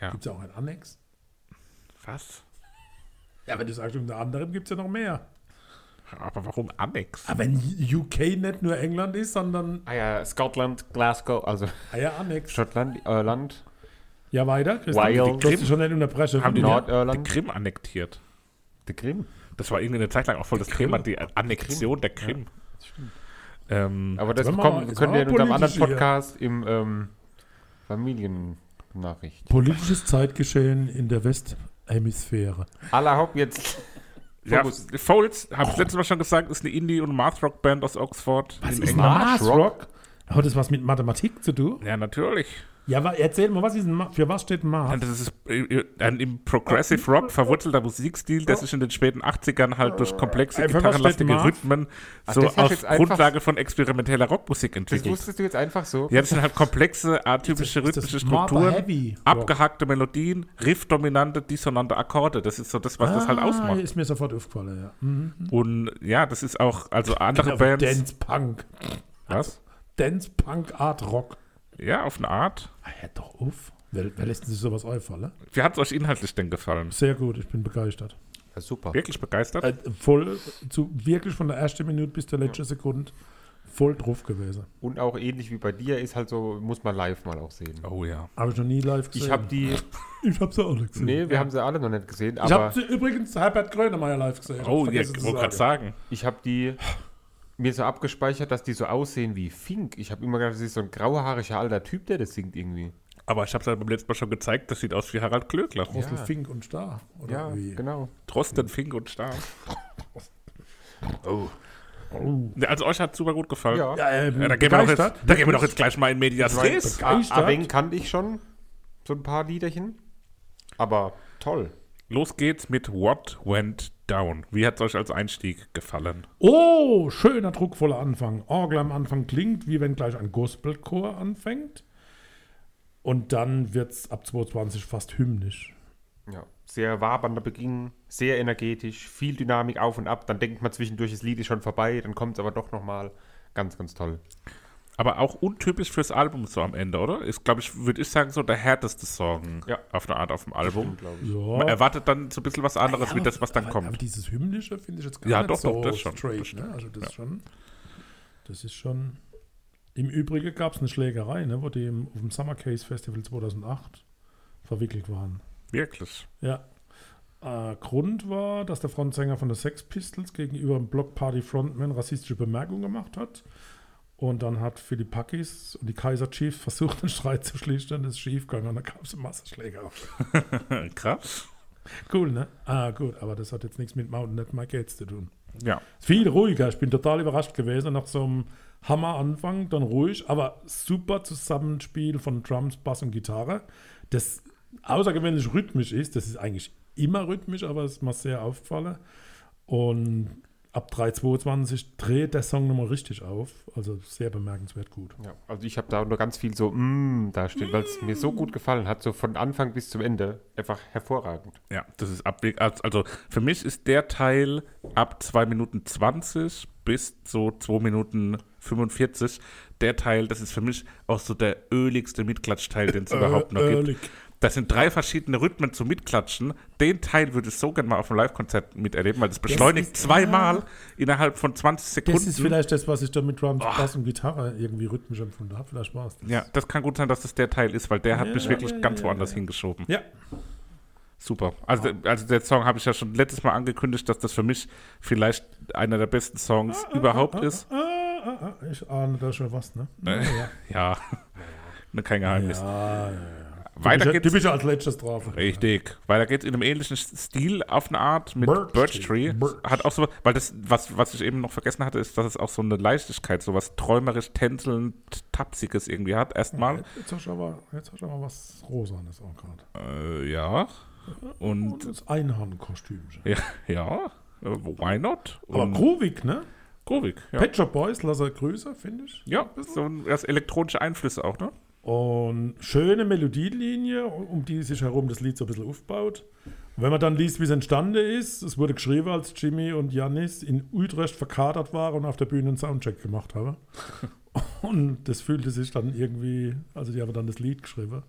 S1: ja,
S2: Gibt es ja auch ein Annex?
S1: was?
S2: Ja, wenn du sagst, unter anderem gibt es ja noch mehr.
S1: Aber warum Annex?
S2: Aber wenn UK nicht nur England ist, sondern
S3: Ah ja, Scotland, Glasgow, also
S2: ah ja, Annex.
S3: Schottland, Irland,
S2: Ja, weiter. Christian,
S3: Wales.
S2: du darfst dich schon nicht unterbrechen.
S1: Haben die die
S3: Nordirland,
S1: Krim annektiert?
S3: die Krim.
S1: Das war irgendwie eine Zeit lang auch voll das Thema, die Annexion der Krim. ähm,
S3: Aber das
S2: Jetzt wollen wir mal-
S3: kommt,
S2: jetzt
S3: können wir in
S2: machen wir
S3: unserem anderen
S2: politische hier.
S3: Podcast im ähm, Familiennachricht.
S2: Politisches Zeitgeschehen in der Westhemisphäre.
S3: Allerhaupt jetzt.
S1: ja,
S3: Fokus.
S1: Folds,
S3: Oh.
S1: habe ich letztes Mal schon gesagt, ist eine Indie- und Math-Rock-Band aus Oxford. in England.
S3: Marsh Rock?
S2: Hat das was mit Mathematik zu tun?
S1: Ja, natürlich.
S2: Ja, wa- erzähl mal, was ist ein Ma für was steht
S1: Ja,
S2: Mars?
S1: Das ist äh, ein im Progressive Rock verwurzelter Musikstil, der sich in den späten 80ern halt
S3: Äh,
S1: durch komplexe,
S2: Einfach, was steht
S1: gitarrenlastige
S2: Marv?
S1: Rhythmen so
S3: das hast du
S1: auf
S3: jetzt einfach-
S1: Grundlage von experimenteller Rockmusik
S3: Das
S1: entwickelt.
S3: wusstest du jetzt einfach so.
S1: Ja, das sind halt komplexe, atypische
S2: Ist das- ist
S1: rhythmische
S2: das Martha
S1: Strukturen,
S2: Heavy Rock?
S1: abgehackte Melodien, riffdominante, dissonante Akkorde. Das ist so das, was das halt ausmacht.
S2: Ist mir sofort aufgefallen, Ah, ja. Mhm.
S1: Und ja, das ist auch, also andere
S2: Genau,
S1: Bands.
S2: Dance Punk.
S1: Was?
S2: Dance Punk Art Rock.
S1: Ja, auf eine Art.
S2: Ah, ja, doch auf. Wer, wer lässt sich sowas einfallen?
S1: Wie hat es euch inhaltlich denn gefallen?
S2: Sehr gut, ich bin begeistert.
S3: Ja, super.
S1: Wirklich begeistert?
S2: Äh, voll, zu, wirklich von der ersten Minute bis zur letzten Sekunde voll drauf gewesen.
S3: Und auch ähnlich wie bei dir ist halt so, muss man live mal auch sehen.
S1: Oh ja.
S2: Habe ich noch nie live gesehen.
S3: Ich habe die.
S2: ich hab sie auch nicht gesehen.
S3: Nee, wir haben sie alle noch nicht gesehen,
S2: ich
S3: aber
S2: habe sie übrigens Herbert Grönemeyer live gesehen.
S1: Oh, ja,
S2: Vergessen
S1: ich
S2: zu
S1: wollte gerade
S2: sagen.
S1: sagen.
S3: ich habe die mir so abgespeichert, dass die so aussehen wie Fink. Ich habe immer gedacht, das ist so ein grauhaariger alter Typ, der das singt irgendwie.
S1: Aber ich habe es halt beim letzten Mal schon gezeigt, das sieht aus wie Harald Klöckler.
S2: Russell Fink und Star. Oder wie?
S3: genau.
S1: Trosten, Fink und Star. oh. Ja, Also euch hat super gut gefallen.
S3: Ja.
S2: Ja, äh,
S1: Ja, da gehen wir doch jetzt,
S2: begeistert.
S1: da gehen wir doch jetzt gleich mal in Medias Res.
S3: A-
S2: Begeistert.
S3: Aven Ah, kannte ich schon so ein paar Liederchen, aber toll.
S1: Los geht's mit What Went Down. Wie hat es euch als Einstieg gefallen?
S2: Oh, schöner, druckvoller Anfang. Orgel am Anfang klingt, wie wenn gleich ein Gospelchor anfängt. Und dann wird es ab 22 fast hymnisch.
S3: Ja, sehr wabernder Beginn, sehr energetisch, viel Dynamik auf und ab. Dann denkt man zwischendurch, das Lied ist schon vorbei, dann kommt es aber doch nochmal. Ganz, ganz toll.
S1: Aber auch untypisch fürs Album so am Ende, oder? Ist, glaube ich, würde ich sagen, so der härteste Song
S3: Ja.
S1: auf eine Art auf dem Album.
S2: Ja.
S1: Man erwartet dann so ein bisschen was anderes, wie das, was dann
S2: aber, Aber
S1: kommt.
S2: dieses hymnische finde ich jetzt gar
S1: Ja,
S2: nicht
S1: doch,
S2: so
S1: doch, das schon,
S2: straight.
S1: das stimmt,
S2: ne? Also das ist schon, das ist schon. Im Übrigen gab es eine Schlägerei, ne, wo die im, auf dem Summer Case Festival 2008 verwickelt waren.
S1: Wirklich.
S2: Ja. Äh, Grund war, dass der Frontsänger von den Sex Pistols gegenüber dem Block Party Frontman rassistische Bemerkungen gemacht hat. Und dann hat Philipp Packis und die Kaiser Chiefs versucht, den Streit zu schlichten. Das ist schiefgegangen und dann gab es eine Massenschlägerei.
S1: Krass.
S2: Cool, ne? Ah, gut, aber das hat jetzt nichts mit Mountain Net My Gates zu tun.
S1: Ja.
S2: Viel ruhiger. Ich bin total überrascht gewesen. Nach so einem Hammer-Anfang, dann ruhig, aber super Zusammenspiel von Drums, Bass und Gitarre, das außergewöhnlich rhythmisch ist. Das ist eigentlich immer rhythmisch, aber es ist mir sehr aufgefallen. Und ab 3.22 dreht der Song nochmal richtig auf. Also sehr bemerkenswert gut.
S3: Ja, also ich habe da nur ganz viel so mm, da stehen, weil es mir so gut gefallen hat, so von Anfang bis zum Ende. Einfach hervorragend.
S1: Ja, das ist abweg. Also für mich ist der Teil ab 2 Minuten 20 bis so 2 Minuten 45. Der Teil, das ist für mich auch so der öligste Mitklatschteil, den es überhaupt noch
S2: ölig.
S1: gibt. Das sind drei verschiedene Rhythmen zum Mitklatschen. Den Teil würde ich so gerne mal auf einem Live-Konzert miterleben, weil das beschleunigt
S2: ist-
S1: zweimal
S2: ah.
S1: innerhalb von 20 Sekunden.
S2: Das ist vielleicht das, was ich da mit Drums, Bass und Gitarre irgendwie rhythmisch empfunden habe. Vielleicht war es das.
S1: Ah. ja, das kann gut sein, dass das der Teil ist, weil der hat mich wirklich ganz woanders hingeschoben.
S2: Ja,
S1: Super. Also, also der Song habe ich ja schon letztes Mal angekündigt, dass das für mich vielleicht einer der besten Songs überhaupt ist.
S2: Ah, ah, ich ahne da schon was, ne?
S1: Ja, Ne, kein Geheimnis.
S2: Ah,
S1: Weiter
S2: die
S1: geht's.
S2: bist ja als letztes drauf.
S1: Richtig. Weiter geht's in einem ähnlichen Stil auf eine Art mit
S2: Birch
S1: Birch,
S2: Tree.
S1: Tree.
S2: Birch.
S1: Hat auch so, weil das, was, was ich eben noch vergessen hatte, ist, dass es auch so eine Leichtigkeit, so was träumerisch, tänzelnd, tapsiges irgendwie hat. Erstmal.
S2: Jetzt hast du aber, jetzt hast du aber was Rosanes auch gerade.
S1: Äh, ja. Und
S2: Das Einhornkostümchen.
S1: ja, ja. Äh, Why not?
S2: Aber
S1: Und
S2: groovig, ne?
S1: groovig. Ja.
S2: Pet Shop Boys, Lasse Größer, finde ich.
S1: Ja, so ein- das elektronische Einflüsse auch, ne?
S2: Und schöne Melodielinie, um die sich herum das Lied so ein bisschen aufbaut. Wenn man dann liest, wie es entstanden ist, es wurde geschrieben, als Jimmy und Janis in Utrecht verkadert waren und auf der Bühne einen Soundcheck gemacht haben. Und das fühlte sich dann irgendwie, also die haben dann das Lied geschrieben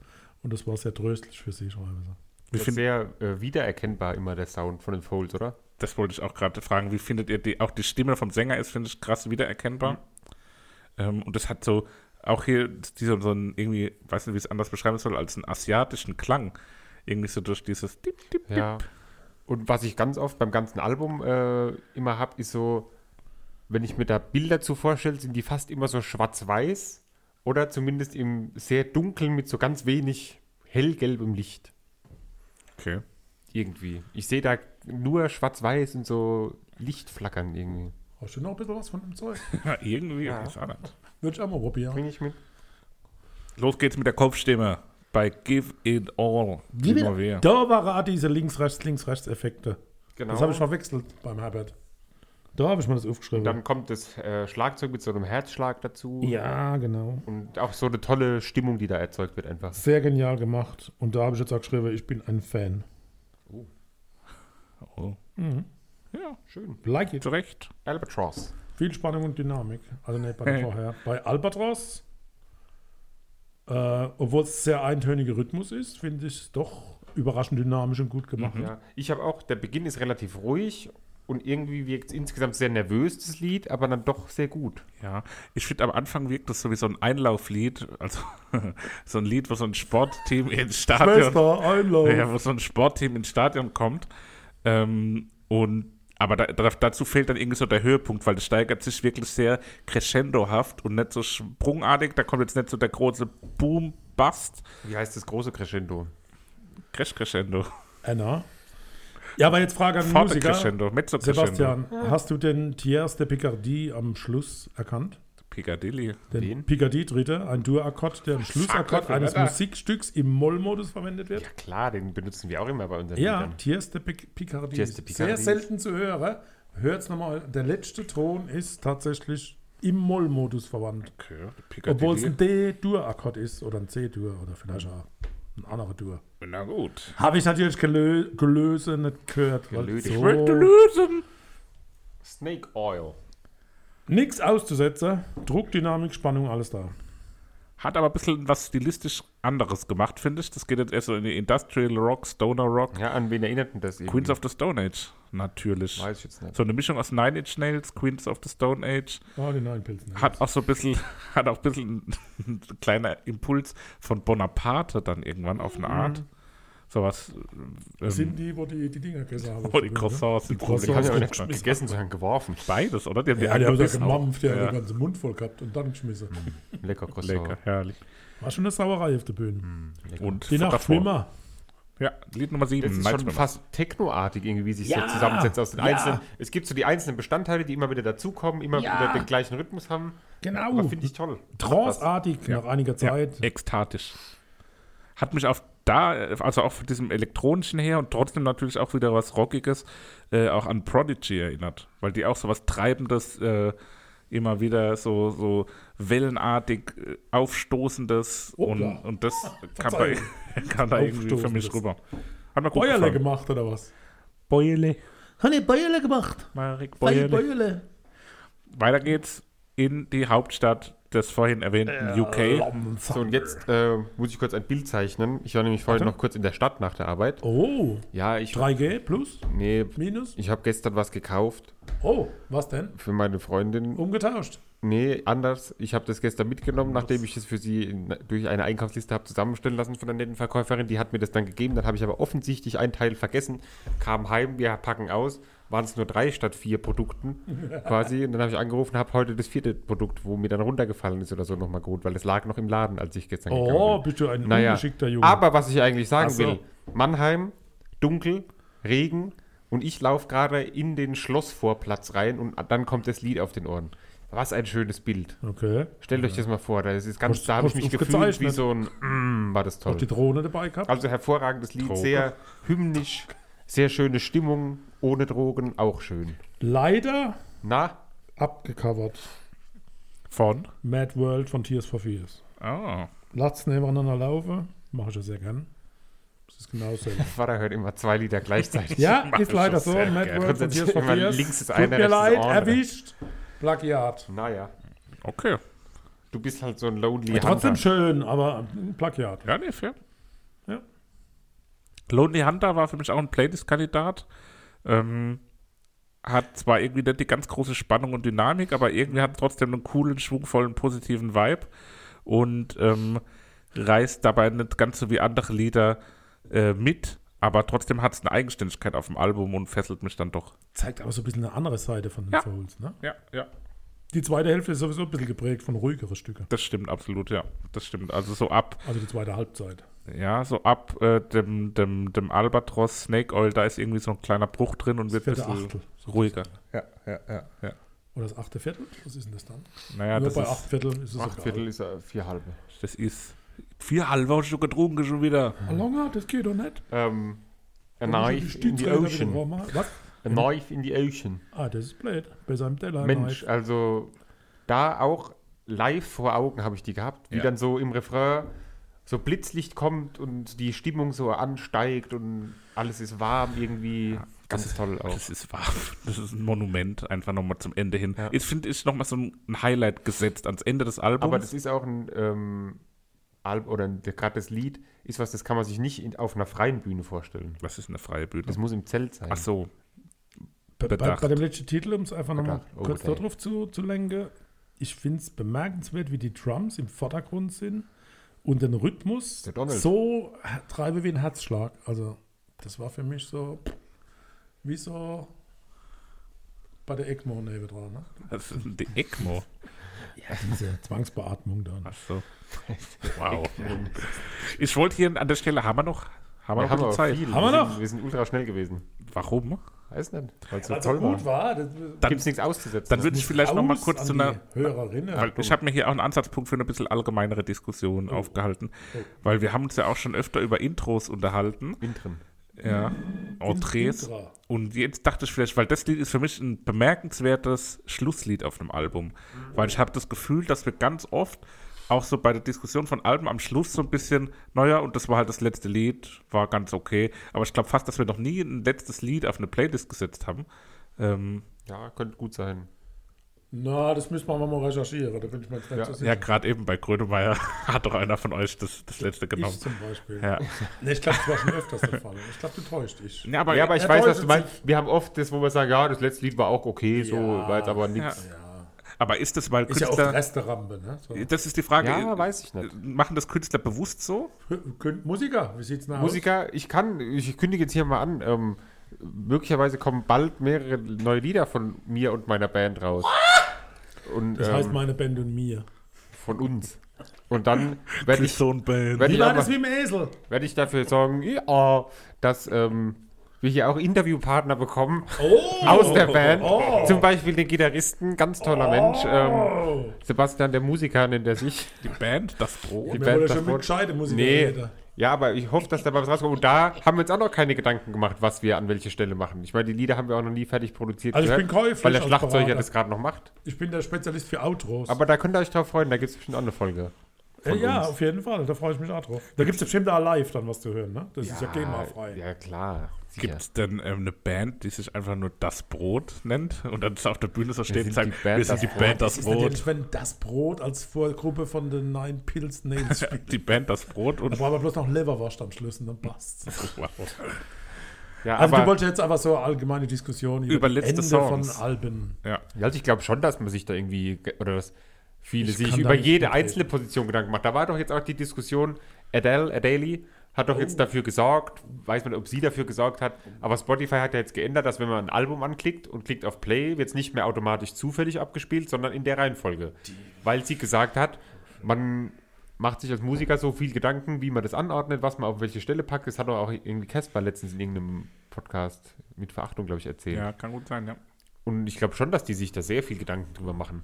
S2: und das war sehr tröstlich für sie, schreiben sie.
S1: Wie
S3: Das ist
S1: find,
S3: sehr äh, wiedererkennbar immer der Sound von den Folds, oder?
S1: das wollte ich auch gerade fragen. Wie findet ihr die, auch die Stimme vom Sänger ist, finde ich, krass wiedererkennbar. Ähm, und das hat so, auch hier diese, so einen irgendwie, weiß nicht, wie ich es anders beschreiben soll, als einen asiatischen Klang. Irgendwie so durch dieses Dip, Dip, Dip.
S3: Ja. Und was ich ganz oft beim ganzen Album äh, immer habe, ist so, wenn ich mir da Bilder zu vorstelle, sind die fast immer so schwarz-weiß oder zumindest im sehr dunkeln mit so ganz wenig hellgelbem Licht
S1: Okay.
S3: irgendwie. Ich sehe da nur schwarz-weiß und so Licht flackern irgendwie.
S2: Hast du noch ein bisschen was von dem Zeug?
S1: Ja, irgendwie ist anders.
S2: Würde ich auch mal probieren.
S3: Bring ich mit?
S1: Los geht's mit der Kopfstimme bei Give It All. Primavera.
S2: Da waren auch diese Links-Rechts-Links-Rechts-Effekte.
S3: Genau.
S2: Das habe ich verwechselt beim Herbert. Da habe ich mir das aufgeschrieben.
S3: und dann kommt das äh, Schlagzeug mit so einem Herzschlag dazu.
S2: ja, genau.
S3: Und auch so eine tolle Stimmung, die da erzeugt wird einfach.
S2: Sehr genial gemacht. Und da habe ich jetzt auch geschrieben, ich bin ein Fan.
S1: Oh. Ja,
S3: Schön.
S2: Like it.
S1: zu Recht.
S3: Albatross.
S2: Viel Spannung und Dynamik. Also nicht bei der vorher. Bei Albatros, äh, obwohl es sehr eintöniger Rhythmus ist, finde ich es doch überraschend dynamisch und gut gemacht.
S1: Mhm.
S3: Ja, ich habe auch, der Beginn ist relativ ruhig und irgendwie wirkt es insgesamt sehr nervös, das Lied, aber dann doch sehr gut.
S1: Ja, ich finde, am Anfang wirkt das so wie so ein Einlauflied, also so ein Lied, wo so ein Sportteam ins Stadion,
S2: Schwester, Einlauf.
S1: ja, wo so ein Sportteam ins Stadion kommt. Ähm, und aber da, da, dazu fehlt dann irgendwie so der Höhepunkt, weil das steigert sich wirklich sehr crescendohaft und nicht so sprungartig. Da kommt jetzt nicht so der große Boom, Bust,
S3: Wie heißt das große Crescendo?
S1: Crash Crescendo,
S2: Anna. Ja, aber jetzt Frage an den
S1: Forte
S2: Musiker.
S1: Crescendo, Mezzo Crescendo,
S2: Sebastian, hast du den Thiers de Picardie am Schluss erkannt?
S1: Piccadilly.
S2: Den
S3: Wen?
S2: Picardie-Dritte, ein Dur-Akkord, der im Schlussakkord
S1: Löffel,
S2: eines
S1: Alter.
S2: Musikstücks im Moll-Modus verwendet wird.
S3: Ja klar, den benutzen wir auch immer bei unseren
S2: Ja,
S3: Liedern.
S2: Tiers de Pic- Picardie.
S3: Tiers de Picardie.
S2: Sehr selten zu hören. Hört's nochmal. Der letzte Ton ist tatsächlich im Moll-Modus verwandt.
S1: Okay,
S2: Obwohl es
S1: Piccadilly.
S2: ein D-Dur-Akkord ist oder ein C-Dur oder vielleicht auch ein anderer Dur.
S1: Na gut.
S2: Habe ich natürlich gelö gelöse nicht gehört. Weil
S3: Gelöse.
S2: so
S1: lösen.
S3: Snake Oil.
S2: nichts auszusetzen. Druck, Dynamik, Spannung, alles da.
S1: Hat aber ein bisschen was stilistisch anderes gemacht, finde ich. Das geht jetzt eher so in die Industrial Rock, Stoner Rock,
S3: Ja, an wen erinnert denn das? irgendwie?
S1: Queens of the Stone Age, natürlich.
S3: Weiß ich jetzt nicht.
S1: So eine Mischung aus Nine Inch Nails, Queens of the Stone Age.
S2: Oh, die neuen Pilzen.
S1: Hat auch so ein bisschen, hat auch ein bisschen ein kleiner Impuls von Bonaparte dann irgendwann auf eine
S3: Mhm.
S1: Art. Sowas. Ähm,
S2: sind die, wo die, die Dinger gegessen haben.
S1: oh, die Croissants sind cool. Die
S2: Croissants
S3: Ja,
S1: haben
S3: aber
S1: sie
S3: nicht
S1: hochgeschmissen.
S3: gegessen, sondern geworfen.
S1: Beides, oder? Die haben
S2: Ja,
S1: die
S2: die haben da
S1: angebissen.
S2: gemampft, der hat
S1: Ja.
S2: den ganzen Mund voll gehabt und dann geschmissen.
S3: Lecker Croissant.
S1: Lecker, herrlich.
S2: War schon eine Sauerei auf der Bühne.
S1: Und
S2: Die Nacht
S1: davor-
S2: schwimmer.
S1: Ja, Lied Nummer 7.
S3: Das ist schon fast technoartig irgendwie, wie sich so zusammensetzt aus den einzelnen. Es gibt so die einzelnen Bestandteile, die immer wieder dazukommen, immer wieder den gleichen Rhythmus haben.
S2: Genau.
S3: Aber finde ich toll.
S2: Tranceartig nach einiger Zeit.
S1: Ja, ekstatisch. Hat mich auf da, also auch von diesem elektronischen her und trotzdem natürlich auch wieder was Rockiges, äh, auch an Prodigy erinnert, weil die auch so was Treibendes, äh, immer wieder so, so wellenartig äh, Aufstoßendes und,
S2: Hoppla.
S1: und das kam da, kam da irgendwie für mich
S2: Aufstoßendes.
S1: rüber. Hat mir gut
S2: Bäuerle
S1: gefallen.
S2: gemacht oder was?
S1: Bäuerle.
S2: Habe ich Bäuerle gemacht.
S1: Marek
S2: Bäuerle.
S1: Bäuerle. Weiter geht's in die Hauptstadt des vorhin erwähnten UK.
S3: So, und jetzt äh, muss ich kurz ein Bild zeichnen. Ich war nämlich vorhin noch kurz in der Stadt nach der Arbeit.
S2: Oh,
S3: Ja, ich.
S2: 3G plus,
S3: Nee,
S2: minus.
S3: ich habe gestern was gekauft
S2: Oh, was denn?
S3: für meine
S2: Oh.
S3: Freundin.
S2: Umgetauscht.
S3: Nee, anders. Ich habe das gestern mitgenommen, nachdem ich es für sie in, durch eine Einkaufsliste habe zusammenstellen lassen von der netten Verkäuferin. Die hat mir das dann gegeben. Dann habe ich aber offensichtlich einen Teil vergessen, kam heim, wir packen aus. Waren es nur drei statt vier Produkten quasi. Und dann habe ich angerufen, habe heute das vierte Produkt, wo mir dann runtergefallen ist oder so nochmal gut, weil es lag noch im Laden, als ich gestern gegangen bin.
S2: Oh, bist du ein
S3: Naja,
S2: ungeschickter Junge.
S3: aber was ich eigentlich sagen
S2: Ach so.
S3: will, Mannheim, dunkel, Regen und ich laufe gerade in den Schlossvorplatz rein und dann kommt das Lied auf den Ohren. Was ein schönes Bild.
S2: okay.
S3: Stellt euch das mal vor, das ist ganz,
S2: Hast-
S3: da habe ich
S2: hast
S3: mich
S2: du
S3: gefühlt wie
S2: gezeichnet?
S3: so ein, mm, war das toll.
S2: ne? Die Drohne dabei gehabt?
S3: Also hervorragendes Lied,
S1: Drogen.
S3: sehr hymnisch, sehr schöne Stimmung, ohne Drogen, auch schön.
S2: Leider
S3: Na,
S2: abgecovert.
S1: Von?
S2: Mad World von Tears for Fears.
S1: Oh.
S2: Lasst es nebeneinander laufen. Mache ich ja sehr gern. Es das genauso.
S3: Vater hört immer zwei Lieder gleichzeitig.
S2: ja,
S1: mach
S2: ist
S1: das
S2: leider so.
S1: schon sehr gerne.
S2: Network und hier ist
S3: Grundsätzlich immer
S2: Verkehrs.
S3: links ist
S2: Tut
S3: einer,
S2: mir
S3: rechts ist
S2: leid,
S3: der andere.
S2: erwischt. Plagiat.
S3: Naja,
S1: Okay.
S3: du bist halt so ein Lonely
S2: Trotzdem
S3: Hunter.
S2: schön, aber ein Plagiat.
S1: Ja, nee, fair.
S2: Ja.
S1: Lonely Hunter war für mich auch ein Playlist-Kandidat. Ähm, hat zwar irgendwie nicht die ganz große Spannung und Dynamik, aber irgendwie hat trotzdem einen coolen, schwungvollen, positiven Vibe und ähm, reißt dabei nicht ganz so wie andere Lieder äh, mit, aber trotzdem hat es eine Eigenständigkeit auf dem Album und fesselt mich dann doch.
S2: Zeigt aber so ein bisschen eine andere Seite von den
S1: Ja.
S2: Souls. Ne?
S1: Ja, ja.
S2: Die zweite Hälfte ist sowieso ein bisschen geprägt von ruhigeren Stücken.
S1: Das stimmt absolut, ja. Das stimmt. Also so ab
S2: Also die zweite Halbzeit.
S1: Ja, so ab äh, dem, dem, dem Albatros Snake Oil, da ist irgendwie so ein kleiner Bruch drin und wird ein
S2: vierte
S1: bisschen
S2: Achtel, sozusagen.
S1: ruhiger. Ja, ja, ja, ja.
S2: Oder das achte Viertel? Was ist denn das dann?
S1: Naja,
S2: Nur
S1: das
S2: bei acht
S1: ist,
S2: Viertel ist es
S3: Acht
S2: acht
S3: Viertel ist äh, vier halbe.
S1: das ist vier halbe schon getrunken schon wieder.
S2: Longer, Ah, das geht doch nicht.
S3: Ähm, a
S2: Muss ich
S3: knife in the
S2: Stützräder wieder
S3: ocean.
S2: warm machen? Was?
S3: A knife in the ocean.
S2: Ah, das ist blöd. Bei seinem Teller.
S3: Mensch, also da auch live vor Augen habe ich die gehabt, wie
S1: Ja.
S3: dann so im Refrain so Blitzlicht kommt und die Stimmung so ansteigt und alles ist warm irgendwie. Ganz toll auch.
S1: Das ist wahr. Das ist ein Monument, einfach nochmal zum Ende hin.
S3: Ja.
S1: Ich finde, ist nochmal so ein ein Highlight gesetzt ans Ende des Albums.
S3: Aber das ist auch ein ähm, Alb oder ein- gerade das Lied ist was, das kann man sich nicht in, auf einer freien Bühne vorstellen.
S1: Was ist eine freie Bühne?
S3: Das muss im Zelt sein.
S1: Ach so,
S2: bei, bei,
S1: bedacht.
S2: bei dem letzten Titel, um es einfach nochmal
S3: Bedacht. Oh,
S2: kurz
S3: okay.
S2: darauf zu, zu lenken, ich finde es bemerkenswert, wie die Drums im Vordergrund sind und den Rhythmus
S3: Der Donald.
S2: so h- treibe wie ein Herzschlag. Also, das war für mich so wie so bei der ECMO neben dran. Ne?
S1: das ist die ECMO.
S2: Diese Zwangsbeatmung dann.
S1: Ach so. Wow. Ich wollte hier an der Stelle, haben wir noch, haben wir
S3: Wir
S1: noch
S3: haben
S1: die
S3: aber
S1: Zeit?
S3: viel.
S2: Haben wir
S3: wir
S2: noch?
S3: Sind, wir sind ultra schnell gewesen.
S1: Warum?
S3: Weiß nicht. Weil es so
S2: Weil's
S3: toll
S2: Also
S3: ne?
S2: gut
S3: war.
S2: war, das
S3: Da gibt es nichts auszusetzen.
S1: Also Dann würde ich vielleicht nochmal
S2: raus
S1: kurz
S2: an
S1: zu
S2: die
S1: einer Halt.
S2: Hörerinnen.
S1: Weil ich habe mir hier auch einen Ansatzpunkt für eine bisschen allgemeinere Diskussion
S2: Oh.
S1: aufgehalten, weil wir haben uns ja auch schon öfter über Intros unterhalten,
S3: Intren.
S1: ja, Entrees.
S2: Intra.
S1: Und jetzt dachte ich vielleicht, weil das Lied ist für mich ein bemerkenswertes Schlusslied auf einem Album, weil ich habe das Gefühl, dass wir ganz oft auch so bei der Diskussion von Alben am Schluss so ein bisschen, naja, und das war halt das letzte Lied, war ganz okay, aber ich glaube fast, dass wir noch nie ein letztes Lied auf eine Playlist gesetzt haben. Ähm,
S3: Ja, könnte gut sein.
S2: Na, das müssen wir mal recherchieren, da bin ich mir jetzt nicht
S3: Ja.
S2: so sicher.
S1: ja, gerade eben bei Grönemeyer hat doch einer von euch das, das letzte genommen.
S2: Ich zum Beispiel.
S1: genau. Ja.
S2: Nee, ich glaube, das war schon öfters der Fall. Ich glaube, du täuscht dich.
S1: Ja, aber,
S3: ja, aber ich
S2: er
S3: weiß, was
S2: täuscht
S3: du meinst. Wir haben oft das, wo wir sagen, ja, das letzte Lied war auch okay, so,
S2: Ja.
S3: war jetzt aber nichts.
S1: Aber ist das, weil
S2: Ist ja auch
S1: Künstler.
S2: Resterampe, ne? So.
S1: das ist die Frage. Äh,
S3: Ja, Äh, weiß ich nicht.
S1: Machen das Künstler bewusst so?
S2: Könnt- Musiker, wie sieht's denn aus?
S3: Musiker, ich kann, ich kündige jetzt hier mal an, ähm, möglicherweise kommen bald mehrere neue Lieder von mir und meiner Band raus. Und
S2: Das heißt
S3: ähm,
S2: meine Band und mir.
S3: von uns. Und dann werde ich,
S1: und Band.
S3: werd
S2: Wie
S3: ich,
S2: war
S3: auch
S2: das
S3: mal-
S2: wie im Esel?
S3: werd ich dafür sorgen, ja, dass ähm, wir hier auch Interviewpartner bekommen
S2: Oh!
S3: aus der Band.
S2: Oh.
S3: Zum Beispiel den Gitarristen, ganz toller Mensch. Ähm, Sebastian, der Musiker, nennt er sich.
S1: Die Band, das Brot.
S2: Oh, Mir
S3: Die
S2: wurde
S3: Band
S2: schon mit
S3: davor.
S2: gescheite Musiker.
S3: Nee.
S2: reden.
S3: Ja, aber ich hoffe, dass dabei was rauskommt. Und da haben wir uns auch noch keine Gedanken gemacht, was wir an welche Stelle machen. Ich meine, die Lieder haben wir auch noch nie fertig produziert.
S2: Also ich bin käuflich
S3: Weil der
S2: als
S3: Schlagzeuger
S2: Berater.
S3: das gerade noch macht.
S2: Ich bin der Spezialist für Outros.
S3: Aber da könnt ihr euch drauf freuen, da gibt es bestimmt auch eine Folge.
S2: äh, ja, auf jeden Fall, da freue ich mich auch drauf. Da gibt es bestimmt auch live dann was zu hören, ne? Das ist ja GEMA-frei.
S3: Ja, klar.
S1: Gibt es denn ähm, eine Band, die sich einfach nur Das Brot nennt und dann ist auf der Bühne so steht und
S3: sind
S1: sagt,
S3: die Band
S1: wir sind
S3: Das
S1: die
S3: Brot."
S1: Band Das
S2: Das ist natürlich,
S1: Brot.
S2: wenn das Brot als Vorgruppe von den Nine Pills Nails spielt.
S1: Die Band Das Brot
S2: Da
S1: und.
S2: brauchen wir bloß noch Leverwurst am Schluss und dann passt's.
S1: Wow.
S3: Ja,
S2: Also du
S3: aber
S2: wolltest jetzt einfach so eine allgemeine Diskussion
S1: Über
S2: das
S1: letzte
S2: Ende
S1: Songs.
S2: von Alben.
S1: Ja.
S3: Ja, also ich glaube schon, dass man sich da irgendwie, ge- oder dass viele
S2: Ich
S3: sich
S2: kann da
S3: über
S2: nicht
S3: jede
S2: mitreden.
S3: einzelne Position Gedanken machen. Da war doch jetzt auch die Diskussion, Adele, Adele hat doch jetzt dafür gesorgt, weiß man, ob sie dafür gesorgt hat, aber Spotify hat ja jetzt geändert, dass wenn man ein Album anklickt und klickt auf Play, wird es nicht mehr automatisch zufällig abgespielt, sondern in der Reihenfolge. Weil sie gesagt hat, man macht sich als Musiker so viel Gedanken, wie man das anordnet, was man auf welche Stelle packt. Das hat doch auch irgendwie Casper letztens in irgendeinem Podcast mit Verachtung, glaube ich, erzählt.
S1: ja, kann gut sein, ja.
S3: Und ich glaube schon, dass die sich da sehr viel Gedanken drüber machen.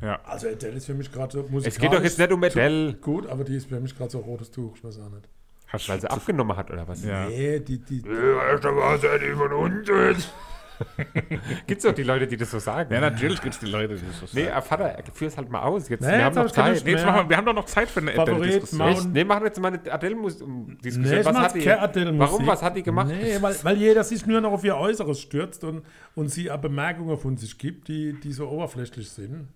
S1: Ja,
S2: Also Adele ist für mich gerade so musikalisch.
S3: Es geht doch jetzt nicht um Adele,
S2: Gut, aber die ist für mich gerade so ein rotes Tuch, ich weiß auch nicht.
S1: hast
S3: weil sie abgenommen hat, oder was?
S1: Ja.
S2: Nee, die, die,
S3: Weißt du, was er nicht von uns ist? Gibt's doch die Leute, die das so sagen.
S1: Ja, natürlich gibt es die Leute, die das so
S3: Nee,
S1: sagen.
S3: ah, Vater, führ es halt mal aus. Jetzt,
S2: Nee,
S3: wir
S2: jetzt
S3: haben
S2: hab
S3: noch
S2: ich keine
S3: Zeit.
S2: Lust
S1: Nee, jetzt
S2: mehr.
S1: machen wir, wir haben doch noch Zeit für eine
S2: Favorit,
S1: Adele-Diskussion.
S2: Mount-
S3: Echt? Nee, machen wir jetzt mal eine Adele-Diskussion.
S2: Nee,
S3: was
S2: macht's
S3: hat die?
S2: keine Adele-Musik.
S3: Warum, was hat die gemacht?
S2: Nee, weil, weil jeder sich nur noch auf ihr Äußeres stürzt und, und sie auch Bemerkungen von sich gibt, die, die so oberflächlich sind.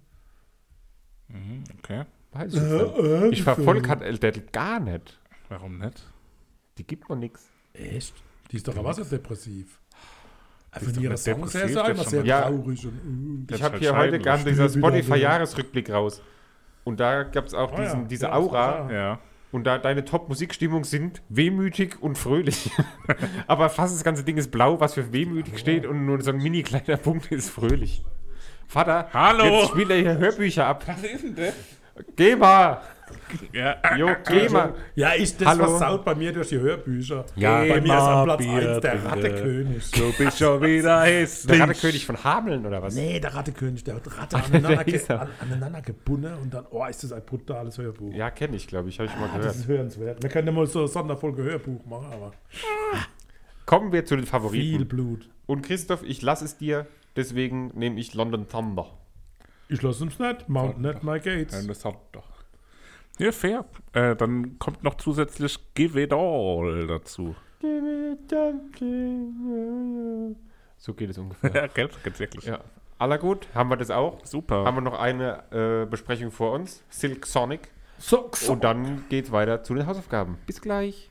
S1: Okay,
S3: Weiß ich nicht.
S2: Äh,
S3: ich verfolge Adele gar nicht.
S1: warum nicht?
S3: Die gibt mir nichts.
S2: Echt? Die ist doch aber so depressiv. Also
S1: ist
S2: in
S1: doch
S2: ihrer
S1: nicht
S2: Songs
S1: depressiv,
S2: her ist sie auch
S1: das
S2: immer
S1: ist
S2: sehr
S3: schon- Ja.
S2: traurig. Und,
S1: Das
S3: Ich
S1: ist
S3: habe
S1: halt
S3: hier
S1: scheinbar.
S3: heute kam
S2: Stimmt wieder,
S3: dieser
S2: ja.
S3: Spotify-Jahresrückblick raus. Und da gab es auch
S2: Ah ja,
S3: diesen, diese
S2: ja, das
S3: Aura.
S2: war
S1: Ja.
S3: Und da deine Top-Musikstimmung sind wehmütig und fröhlich. Aber fast das ganze Ding ist blau, was für wehmütig steht und nur so ein mini kleiner Punkt ist fröhlich. Vater,
S1: Hallo!
S3: jetzt spielt er hier Hörbücher ab.
S1: Was ist denn das?
S3: Geh mal!
S1: Ja.
S3: Jo, geh mal!
S2: ja, ich, das
S3: Hallo.
S2: versaut bei mir durch die Hörbücher.
S3: Ja.
S2: bei mir ist am Platz
S1: Bier,
S2: 1 der
S1: bitte.
S2: Rattekönig.
S1: Du bist schon wieder hässlich.
S3: Der Radekönig von Hameln oder was?
S2: Nee, der Rattekönig, der hat Ratte
S3: der
S2: aneinander,
S3: hieß er.
S2: an, aneinander gebunden und dann, oh, ist das ein brutales Hörbuch.
S3: Ja, kenne ich, glaube ich, habe ich mal
S2: Ah, Das
S3: gehört.
S2: ist hörenswert. Wir können ja mal so eine Sonderfolge Hörbuch machen, aber
S3: Kommen wir zu den
S2: viel
S3: Favoriten.
S2: Blut.
S3: Und Christoph, ich lasse es dir, deswegen nehme ich London Thunder.
S2: Ich lasse uns nicht. Mount not my gates.
S1: Das hat doch. Ja, fair. Äh, dann kommt noch zusätzlich Give It All dazu.
S3: So geht es ungefähr.
S1: Ja, gell? Ganz wirklich.
S3: ja. Aller gut, haben wir das auch.
S1: Super.
S3: Haben wir noch eine äh, Besprechung vor uns. Silk Sonic.
S2: So,
S3: Und dann geht's weiter zu den Hausaufgaben. Bis gleich.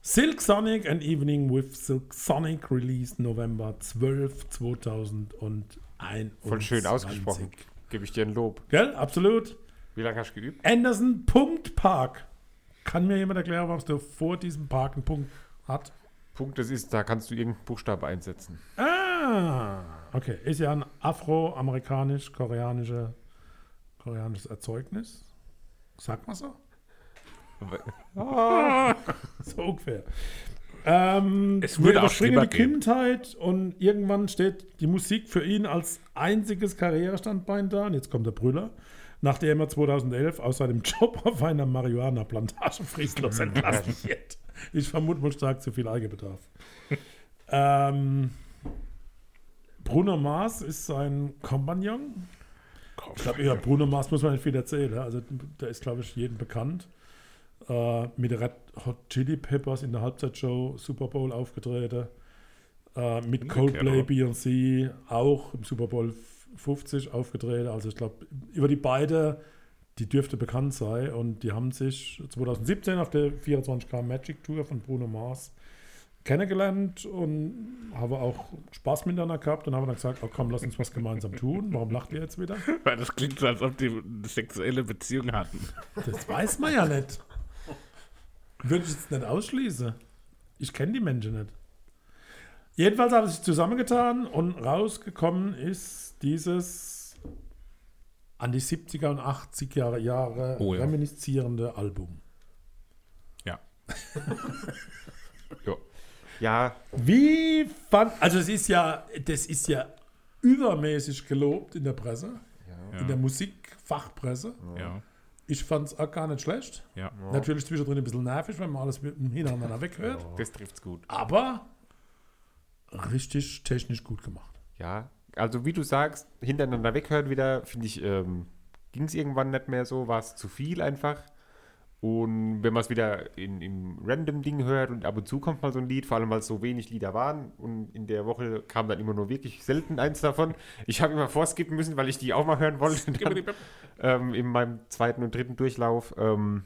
S2: Silk Sonic, An Evening with Silk Sonic, released November 12, 2021.
S3: Voll schön ausgesprochen. Gebe ich dir ein Lob.
S2: Gell, absolut.
S3: Wie lange hast du geübt?
S2: Anderson Punkt Park. Kann mir jemand erklären, warum es der vor diesem Park einen Punkt hat?
S3: Punkt, das ist, da kannst du irgendeinen Buchstabe einsetzen.
S2: Ah, okay. Ist ja ein afroamerikanisch-koreanische koreanisches Erzeugnis. Sagt man so? so ungefähr. Ähm,
S1: Es würde
S2: wir
S1: auch
S2: überspringen
S1: Schlimmer
S2: die Kindheit und irgendwann steht die Musik für ihn als einziges Karrierestandbein da. Und jetzt kommt der Brüller. Nachdem er 2011 aus seinem Job auf einer Marihuana-Plantage fristlos
S1: Mhm.
S2: entlassen wird. Ich vermute wohl stark zu viel Eigenbedarf. ähm, Bruno Mars ist sein Kompagnon. Ich glaube, ja, Bruno Mars muss man nicht viel erzählen. ja. Also, der ist, glaube ich, jedem bekannt. Äh, mit Red Hot Chili Peppers in der Halbzeitshow Super Bowl aufgetreten. Äh, mit Coldplay,
S1: oder?
S2: Beyoncé auch im Super Bowl 50 aufgetreten. Also, ich glaube, über die beiden, die dürfte bekannt sein. Und die haben sich 2017 auf der 24K Magic Tour von Bruno Mars kennengelernt und habe auch Spaß miteinander gehabt und habe dann gesagt, oh komm, lass uns was gemeinsam tun. Warum lacht ihr jetzt wieder?
S1: Weil das klingt so, als ob die eine sexuelle Beziehung hatten.
S2: Das weiß man ja nicht. Würde ich jetzt nicht ausschließen. Ich kenne die Menschen nicht. Jedenfalls haben sie sich zusammengetan und rausgekommen ist dieses an die 70er und 80er Jahre, Jahre
S1: Oh ja.
S2: reminiszierende Album.
S1: Ja.
S3: Jo. Ja,
S2: Wie fand. Also, es ist ja, das ist ja übermäßig gelobt in der Presse, in der Musikfachpresse.
S1: Ja.
S2: Ich fand es auch gar nicht schlecht.
S1: Ja.
S2: Natürlich zwischendrin ein bisschen nervig, wenn man alles mit- hintereinander weghört.
S3: das trifft's gut.
S2: aber richtig technisch gut gemacht.
S3: Ja, also wie du sagst, hintereinander weghören wieder, finde ich, ähm, ging es irgendwann nicht mehr so, war es zu viel einfach. Und wenn man es wieder in, im Random-Ding hört und ab und zu kommt mal so ein Lied, vor allem weil es so wenig Lieder waren und in der Woche kam dann immer nur wirklich selten eins davon. Ich habe immer vorskippen müssen, weil ich die auch mal hören wollte. Dann, ähm, in meinem zweiten und dritten Durchlauf. Ähm,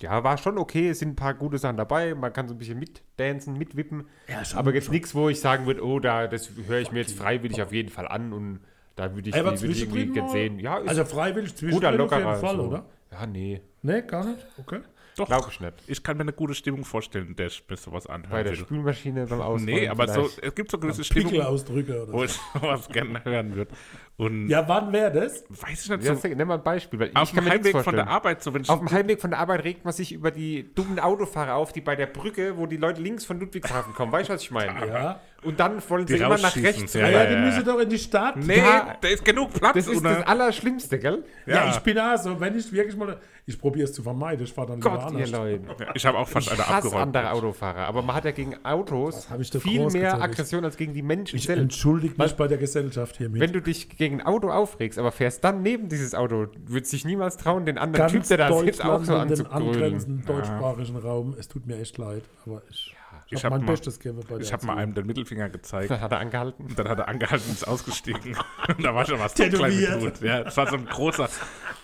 S3: ja, war schon okay, es sind ein paar gute Sachen dabei, man kann so ein bisschen mitdancen, mitwippen.
S2: Ja, schon,
S3: aber jetzt nichts, wo ich sagen würde, oh, da, das höre ich mir jetzt freiwillig auf jeden Fall an und da würde ich,
S2: Ey, aber
S3: die- würde ich
S2: zwischendrin
S3: irgendwie jetzt
S2: mal-
S3: sehen. Ja, ist
S2: Also freiwillig
S3: guter
S2: zwischendrin auf
S3: Lockerer.
S2: jeden Fall,
S3: so.
S2: oder?
S3: Ja, nee.
S2: Nee, gar nicht. Okay.
S1: Doch,
S3: Glaube ich nicht.
S1: ich kann mir eine gute Stimmung vorstellen, der ich mir sowas anhören
S3: Bei der
S1: will.
S3: Spülmaschine beim Ausrollen.
S1: Nee, aber so,
S3: vielleicht.
S1: es gibt so gewisse Stimmungen,
S2: Pickelausdrücke oder
S1: wo
S2: so.
S1: ich sowas gerne hören würde. Und
S2: Ja, wann wäre das?
S1: weiß ich nicht,
S3: Ja,
S1: so
S3: sag- Nimm mal ein Beispiel. Weil
S1: auf
S3: ich kann
S1: dem
S3: mir nichts
S1: Heimweg von der
S3: vorstellen.
S1: Arbeit, so wenn ich
S3: Auf dem Heimweg von der Arbeit regt man sich über die dummen Autofahrer auf, die bei der Brücke, wo die Leute links von Ludwigshafen kommen. Weißt du, was ich meine?
S2: Ja. Ah
S3: Und dann wollen sie
S1: Die
S3: immer nach
S1: rausschießen,
S3: rechts.
S1: ja.
S2: Ja,
S3: rennen.
S2: ja, die müssen doch in die Stadt.
S1: Nee,
S3: Ja.
S1: da ist genug Platz.
S3: Das ist
S1: oder?
S3: das Allerschlimmste, gell?
S2: Ja,
S1: Ja.
S2: ich bin auch so, wenn ich wirklich mal. Ich probiere es zu vermeiden, ich fahre dann
S3: Gott, ihr
S2: anders.
S3: Leute.
S1: Ja, ich habe auch fast
S3: Ich
S1: eine
S3: hasse
S1: abgeräumt.
S3: andere Autofahrer, aber man hat ja gegen Autos
S2: hab ich da
S3: viel
S2: groß
S3: mehr
S2: gezeigt?
S3: Aggression als gegen die Menschen
S2: Ich
S3: selbst.
S2: entschuldige mich bei der Gesellschaft hiermit.
S3: Wenn du dich gegen ein Auto aufregst, aber fährst dann neben dieses Auto, würdest dich niemals trauen, den anderen
S2: Ganz
S3: Typ, der da sitzt, auch so
S2: Deutschland in dem
S3: anzugrölen.
S2: angrenzenden deutschsprachigen Raum. Es tut mir echt leid, aber ich,
S1: Ich
S2: habe
S1: hab
S2: mein
S1: mal-
S2: Bestes gegeben bei der
S1: Ich habe mal einem den Mittelfinger gezeigt.
S3: Dann hat er angehalten.
S1: Und dann hat er angehalten und ist ausgestiegen. Und da war schon was dran, klein mit
S2: Tätowiert.
S1: Blut. Ja, das war so ein großer.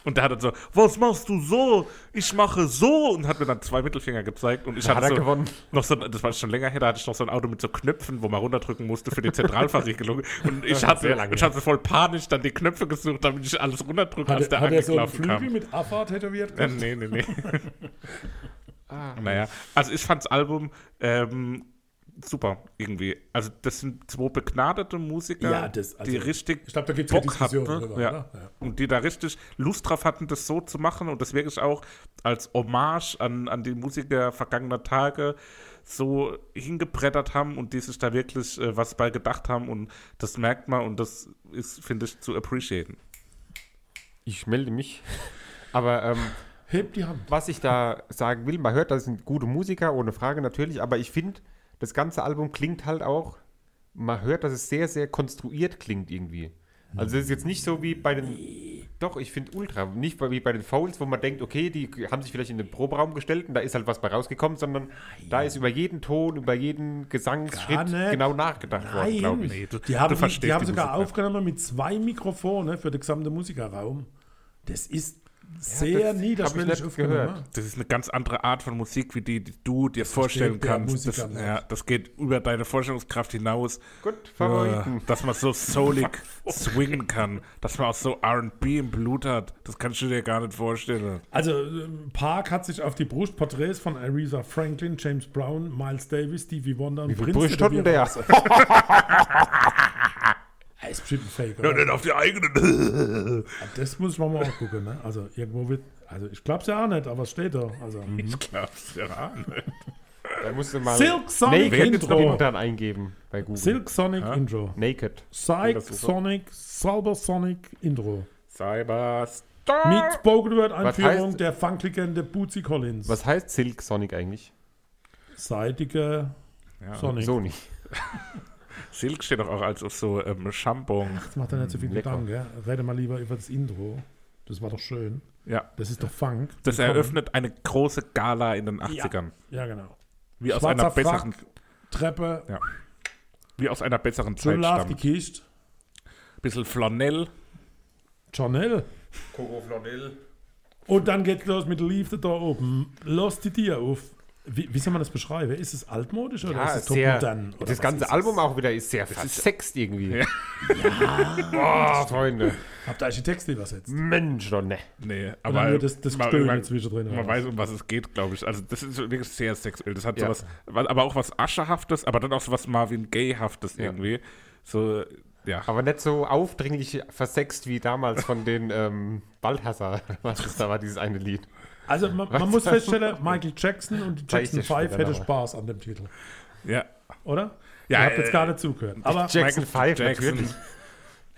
S1: Und da hat er so, was machst du so? Ich mache so. Und hat mir dann zwei Mittelfinger gezeigt. Und ich
S3: Hat
S1: hatte
S3: er
S1: so,
S3: gewonnen.
S1: Noch so, das war schon länger her, da hatte ich noch so ein Auto mit so Knöpfen, wo man runterdrücken musste für die Zentralverriegelung. Und ich
S3: ist
S1: hatte,
S3: sehr lange
S1: ich hatte voll panisch dann die Knöpfe gesucht, damit ich alles runterdrücke, als
S2: Hat,
S1: der
S2: hat er so einen
S1: angelaufen
S2: Flügel
S1: kam.
S2: mit AFA tätowiert?
S3: Ähm,
S1: Äh, nee, nee, nee. naja, also ich fand's Album ähm, super irgendwie. Also das sind zwei begnadete Musiker,
S2: Ja, das- also
S1: die richtig
S2: ich glaub, da gibt's ja
S1: Bock hatten.
S2: Diskussionen drüber,
S1: ja.
S2: oder? Ja.
S1: Und die da richtig Lust drauf hatten, das so zu machen und das wirklich auch als Hommage an, an die Musiker vergangener Tage so hingebrettert haben und die sich da wirklich äh, was bei gedacht haben und das merkt man und das ist, finde ich, zu appreciaten.
S3: Ich melde mich. Aber ähm,
S2: Hebt die Hand.
S3: was ich da sagen will, man hört, das sind gute Musiker, ohne Frage natürlich, aber ich finde, das ganze Album klingt halt auch, man hört, dass es sehr, sehr konstruiert klingt irgendwie. Also es ist jetzt nicht so wie bei den, doch, ich finde Ultra, nicht bei- wie bei den Fouls, wo man denkt, okay, die haben sich vielleicht in den Proberaum gestellt und da ist halt was bei rausgekommen, sondern da ist über jeden Ton, über jeden Gesangsschritt
S2: nicht.
S3: genau nachgedacht worden, glaube ich.
S1: Nee, du-
S2: die haben,
S1: du
S2: die,
S1: verstehst
S2: die haben
S1: die
S2: sogar
S1: Musik nicht.
S2: aufgenommen mit zwei Mikrofonen für den gesamten Musikerraum. Das ist sehr
S3: das hab ich
S2: niederschwellig
S3: nicht
S2: aufgenommen. ne?
S3: gehört.
S1: Das ist eine ganz andere Art von Musik, wie die, die du dir vorstellen
S2: versteht der
S1: kannst. Das,
S2: Musiker halt. nicht.
S1: ja, das geht über deine Vorstellungskraft hinaus.
S3: Gut,
S1: Äh,
S3: Favoriten.
S1: dass man so soulig swingen kann, dass man auch so RB im Blut hat, das kannst du dir gar nicht vorstellen.
S2: Also ähm, Park hat sich auf die Brust Porträts von Aretha Franklin, James Brown, Miles Davis, Stevie Wonder und
S3: Wie viel
S2: Prince
S3: Brust hat denn der?
S2: tätowiert. Ah, Ist bestimmt ein Fake. Oder?
S1: Nicht auf die eigenen.
S2: Das muss man mal angucken. Ne? Also irgendwo wird, also ich glaub's ja auch nicht, aber es steht da. Also,
S1: Ich glaub's ja auch nicht.
S3: Da musst du mal
S2: Silk Sonic
S3: Naked
S2: Intro.
S3: momentan eingeben bei Google.
S2: Silk Sonic Intro.
S3: Naked.
S2: Psych Sonic, Cyber Sonic Intro.
S1: Cyberstar.
S2: Mit Spoken Word Einführung
S3: heißt-
S2: der Funklegende Bootsy Collins.
S3: Äh, Was heißt Silk Sonic eigentlich?
S2: Seitige Sonic.
S3: So nicht.
S1: Silk steht doch auch als auf so ähm, Schampon.
S2: Das macht er nicht so viel
S3: Lecker.
S2: Gedanken. Gell? Rede mal lieber über das Intro. Das war doch schön.
S1: Ja.
S2: Das ist doch Funk.
S1: Das
S2: Willkommen.
S1: eröffnet eine große Gala in den 80ern.
S2: Ja, genau.
S1: Wie, aus
S2: Schwarzer
S1: einer
S2: Frack,
S1: besseren,
S2: Treppe,
S1: Ja. wie aus einer besseren
S2: schön
S1: Zeit
S2: lauf die
S1: stammt.
S2: Kiste.
S1: Bisschen Flanell.
S2: Chanel. Und dann geht's los mit Leave the Door Open. Lass die Tür auf. Wie, wie soll man das beschreiben? Ist es altmodisch oder ist es
S3: sehr,
S2: topmodern? Oder
S3: das
S2: was
S3: ganze
S2: ist es?
S3: Album auch wieder ist sehr versext irgendwie. Ja. Boah, Freunde.
S2: Habt ihr euch die Texte übersetzt?
S3: Mensch, doch ne.
S1: Nee,
S2: dann
S1: aber
S2: wird das- das
S1: man,
S2: Gestöhne
S1: man,
S2: zwischendrin
S1: man
S2: raus.
S1: weiß, um was es geht, glaube ich. Also das ist wirklich sehr sexuell. Das hat
S3: Ja.
S1: sowas, wa- aber auch was Ascherhaftes, aber dann auch sowas Marvin Gaye-haftes irgendwie. So, ja.
S3: Aber nicht so aufdringlich versext wie damals von den ähm, Balthasar. Was ist da war dieses eine Lied?
S2: Also man, man muss feststellen, Michael Jackson und die
S3: Zeig ich dir
S2: Jackson 5
S3: später
S2: hätte
S3: nochmal.
S2: Spaß an dem Titel,
S1: ja.
S2: oder?
S1: Ja,
S2: Ihr habt jetzt
S1: äh,
S2: gar nicht zugehört. Aber
S3: Jackson Five, natürlich.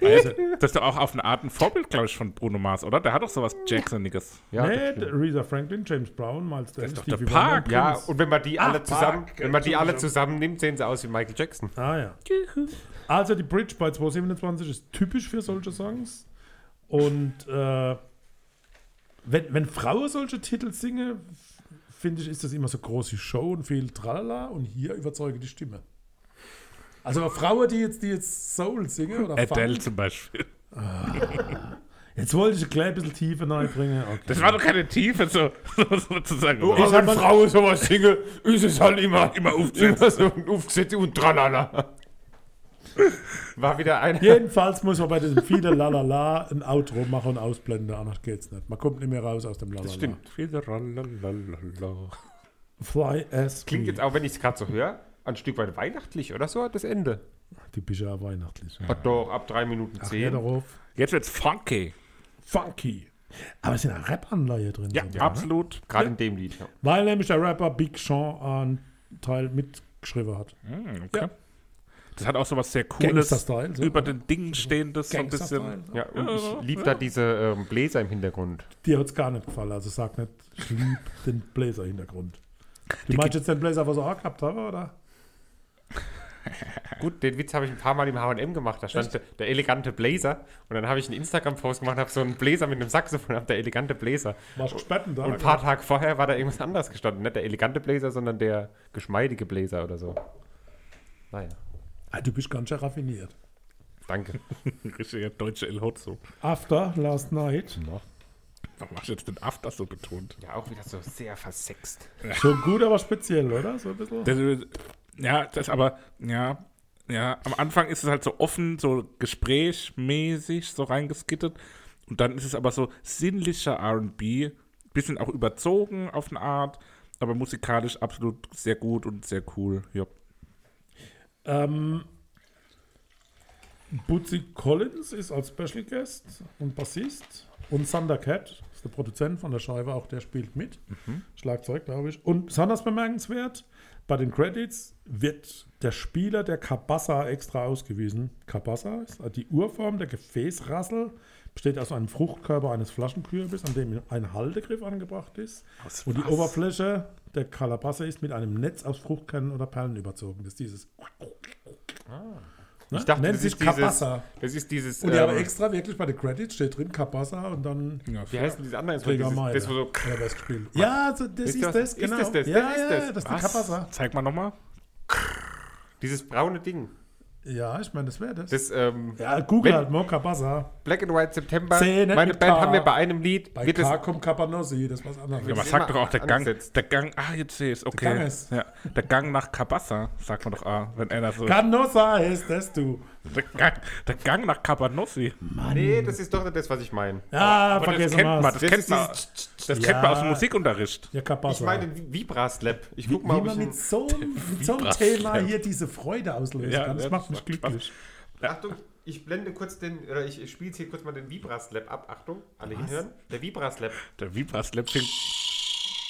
S1: Also, das ist doch auch auf eine Art ein Vorbild, glaube ich, von Bruno Mars, oder? Der hat doch sowas Jacksoniges.
S3: Ja, das
S2: Ned,
S3: stimmt.
S2: Aretha Franklin, James Brown, Miles Davis,
S1: doch der
S2: Stevie
S1: Park.
S2: Wonder,
S3: ja,
S2: Prince.
S3: und wenn man die alle zusammen,
S1: fuck.
S3: wenn man die alle zusammennimmt, sehen sie aus wie Michael Jackson.
S2: Ah ja. Also die Bridge bei 227 ist typisch für solche Songs. Und äh, wenn, wenn Frauen solche Titel singen, f- finde ich, ist das immer so große Show und viel Tralala und hier überzeuge die Stimme. Also Frauen, die jetzt, die jetzt Soul singen oder
S1: Adele
S2: Funk.
S1: zum Beispiel.
S2: Jetzt wollte ich ein kleines bisschen Tiefe reinbringen. Okay.
S1: Das war doch keine Tiefe, so, so sozusagen.
S3: Oh,
S2: ich hab mal-
S3: Frau sowas singe, ist es halt immer
S1: immer aufgesetzt.
S3: so ein aufgesetzt und tralala. War wieder einer.
S2: Jedenfalls muss man bei diesem viele Lalala ein Outro machen und ausblenden, danach geht's nicht. Man kommt nicht mehr raus aus dem Lalala. Das
S3: stimmt.
S2: Fly as
S3: Klingt
S2: free.
S3: jetzt auch, wenn ich es gerade so höre, ein Stück weit weihnachtlich oder so, das Ende.
S2: Die bist ja weihnachtlich.
S3: Ach doch, ab 3 Minuten
S2: Ach, hör
S3: 10.
S2: darauf.
S1: Jetzt wird's funky.
S2: Funky. Aber es sind auch Rap-Anleihe drin.
S1: Ja,
S2: sind, ne?
S1: absolut.
S3: Gerade in dem Lied. Ja.
S2: Weil nämlich der Rapper Big Sean einen Teil mitgeschrieben hat.
S1: Hm, okay. Das hat auch so was sehr Cooles,
S2: Gangster-Style, so.
S1: über den Dingen stehendes, so ein
S2: Gangster-Style.
S1: bisschen.
S3: Ja, und ich liebe da diese ähm, Bläser im Hintergrund.
S2: Dir hat es gar nicht gefallen. Also sag nicht, ich liebe den Bläser-Hintergrund. Du meinst jetzt den Bläser, was ich auch gehabt habe, oder?
S3: Gut, den Witz habe ich ein paar Mal im H&M gemacht. Da stand der, der elegante Blazer und dann habe ich einen Instagram-Post gemacht, habe so einen Blazer mit einem Saxophon, habe der elegante Blazer.
S2: Warst du gespannt da?
S3: Und ein paar Tage vorher war da irgendwas anderes gestanden. Nicht der elegante Blazer, sondern der geschmeidige Blazer oder so. Naja,
S2: ah, du bist ganz schön raffiniert.
S3: danke.
S1: Richtiger deutsche El Hotzo.
S2: After Last Night.
S1: Warum hast du jetzt den After so betont?
S3: Ja, auch wieder so sehr versext.
S2: Schon gut, aber speziell, oder? So ein bisschen.
S1: Das, ja, das aber, ja, ja, am Anfang ist es halt so offen, so gesprächmäßig, so reingeskittet. Und dann ist es aber so sinnlicher RB, bisschen auch überzogen auf eine Art, aber musikalisch absolut sehr gut und sehr cool. Ja.
S2: Ähm, Bootsy Collins ist als Special Guest und Bassist. Und Sander Cat ist der Produzent von der Scheibe, auch der spielt mit.
S3: Mhm.
S2: Schlagzeug, glaube ich. Und besonders bemerkenswert, bei den Credits wird der Spieler der Kabassa extra ausgewiesen. Kabassa ist die Urform der Gefäßrassel, besteht aus einem Fruchtkörper eines Flaschenkürbis, an dem ein Haltegriff angebracht ist. und die Oberfläche der Kalabasse ist mit einem Netz aus Fruchtkernen oder Perlen überzogen. Das ist dieses
S3: Ich dachte,
S2: Nennt
S3: das
S2: sich
S3: ist dieses,
S2: Kabassa.
S3: das ist dieses,
S2: Und die haben
S3: ähm,
S2: extra wirklich bei den Credits steht drin Kabassa und dann
S3: wie heißt denn dieses andere? Instrument?
S2: Gregor Meyer.
S3: Dieses, das, wo so,
S2: Ja, wer es gespielt. Ja, so, das ist,
S3: Ist das-
S2: das,
S3: ist
S2: genau.
S3: das das?
S2: Ja,
S3: Das ist
S2: ja, das ist
S3: das.
S2: die Kabassa.
S1: Zeig mal nochmal.
S3: dieses braune Ding.
S2: Ja, ich meine, das wäre das.
S3: Das, ähm,
S2: Ja, Google
S3: Wenn-
S2: halt mal Kabassa.
S3: Black and White September.
S2: Zähne
S3: Meine
S2: mit
S3: Band
S2: K.
S3: haben wir bei einem Lied.
S2: Bei
S3: wird
S2: K
S3: es,
S2: kommt Kabanossi, das ist was anderes.
S1: Ja,
S3: Das
S1: man
S3: ist
S1: sagt
S3: immer
S1: doch auch der Gang,
S3: angesetzt.
S1: der Gang, ah, jetzt sehe ich es, okay.
S2: Der Gang ist-
S1: Ja, der Gang nach Kabassa, sagt man doch, ah, wenn einer so.
S2: Canossa ist das, du.
S1: Der Gang, der Gang nach Kabanossi.
S3: nee, das ist doch nicht das, was ich meine.
S2: Ja,
S1: Oh, Aber
S2: vergessen
S1: das kennt man,
S2: wir's.
S1: das,
S3: Das
S1: kennt
S3: ist
S1: man,
S3: dieses-
S1: das kennt man aus dem
S2: Ja.
S1: Musikunterricht.
S2: Ja,
S3: Ich
S2: Kabassa.
S3: meine den Vibra-Slap. Ich guck
S2: wie
S3: mal, ob ich
S2: man
S3: ihn,
S2: mit so, mit so einem Thema hier diese Freude auslösen
S1: Ja,
S2: kann, das
S1: ja,
S2: macht mich
S1: macht Spaß.
S2: glücklich.
S3: Achtung, ich blende kurz den, oder ich spiele hier kurz mal den Vibra-Slap ab. Achtung, alle hinhören. Der Vibra-Slap.
S1: Der Vibra-Slap klingt,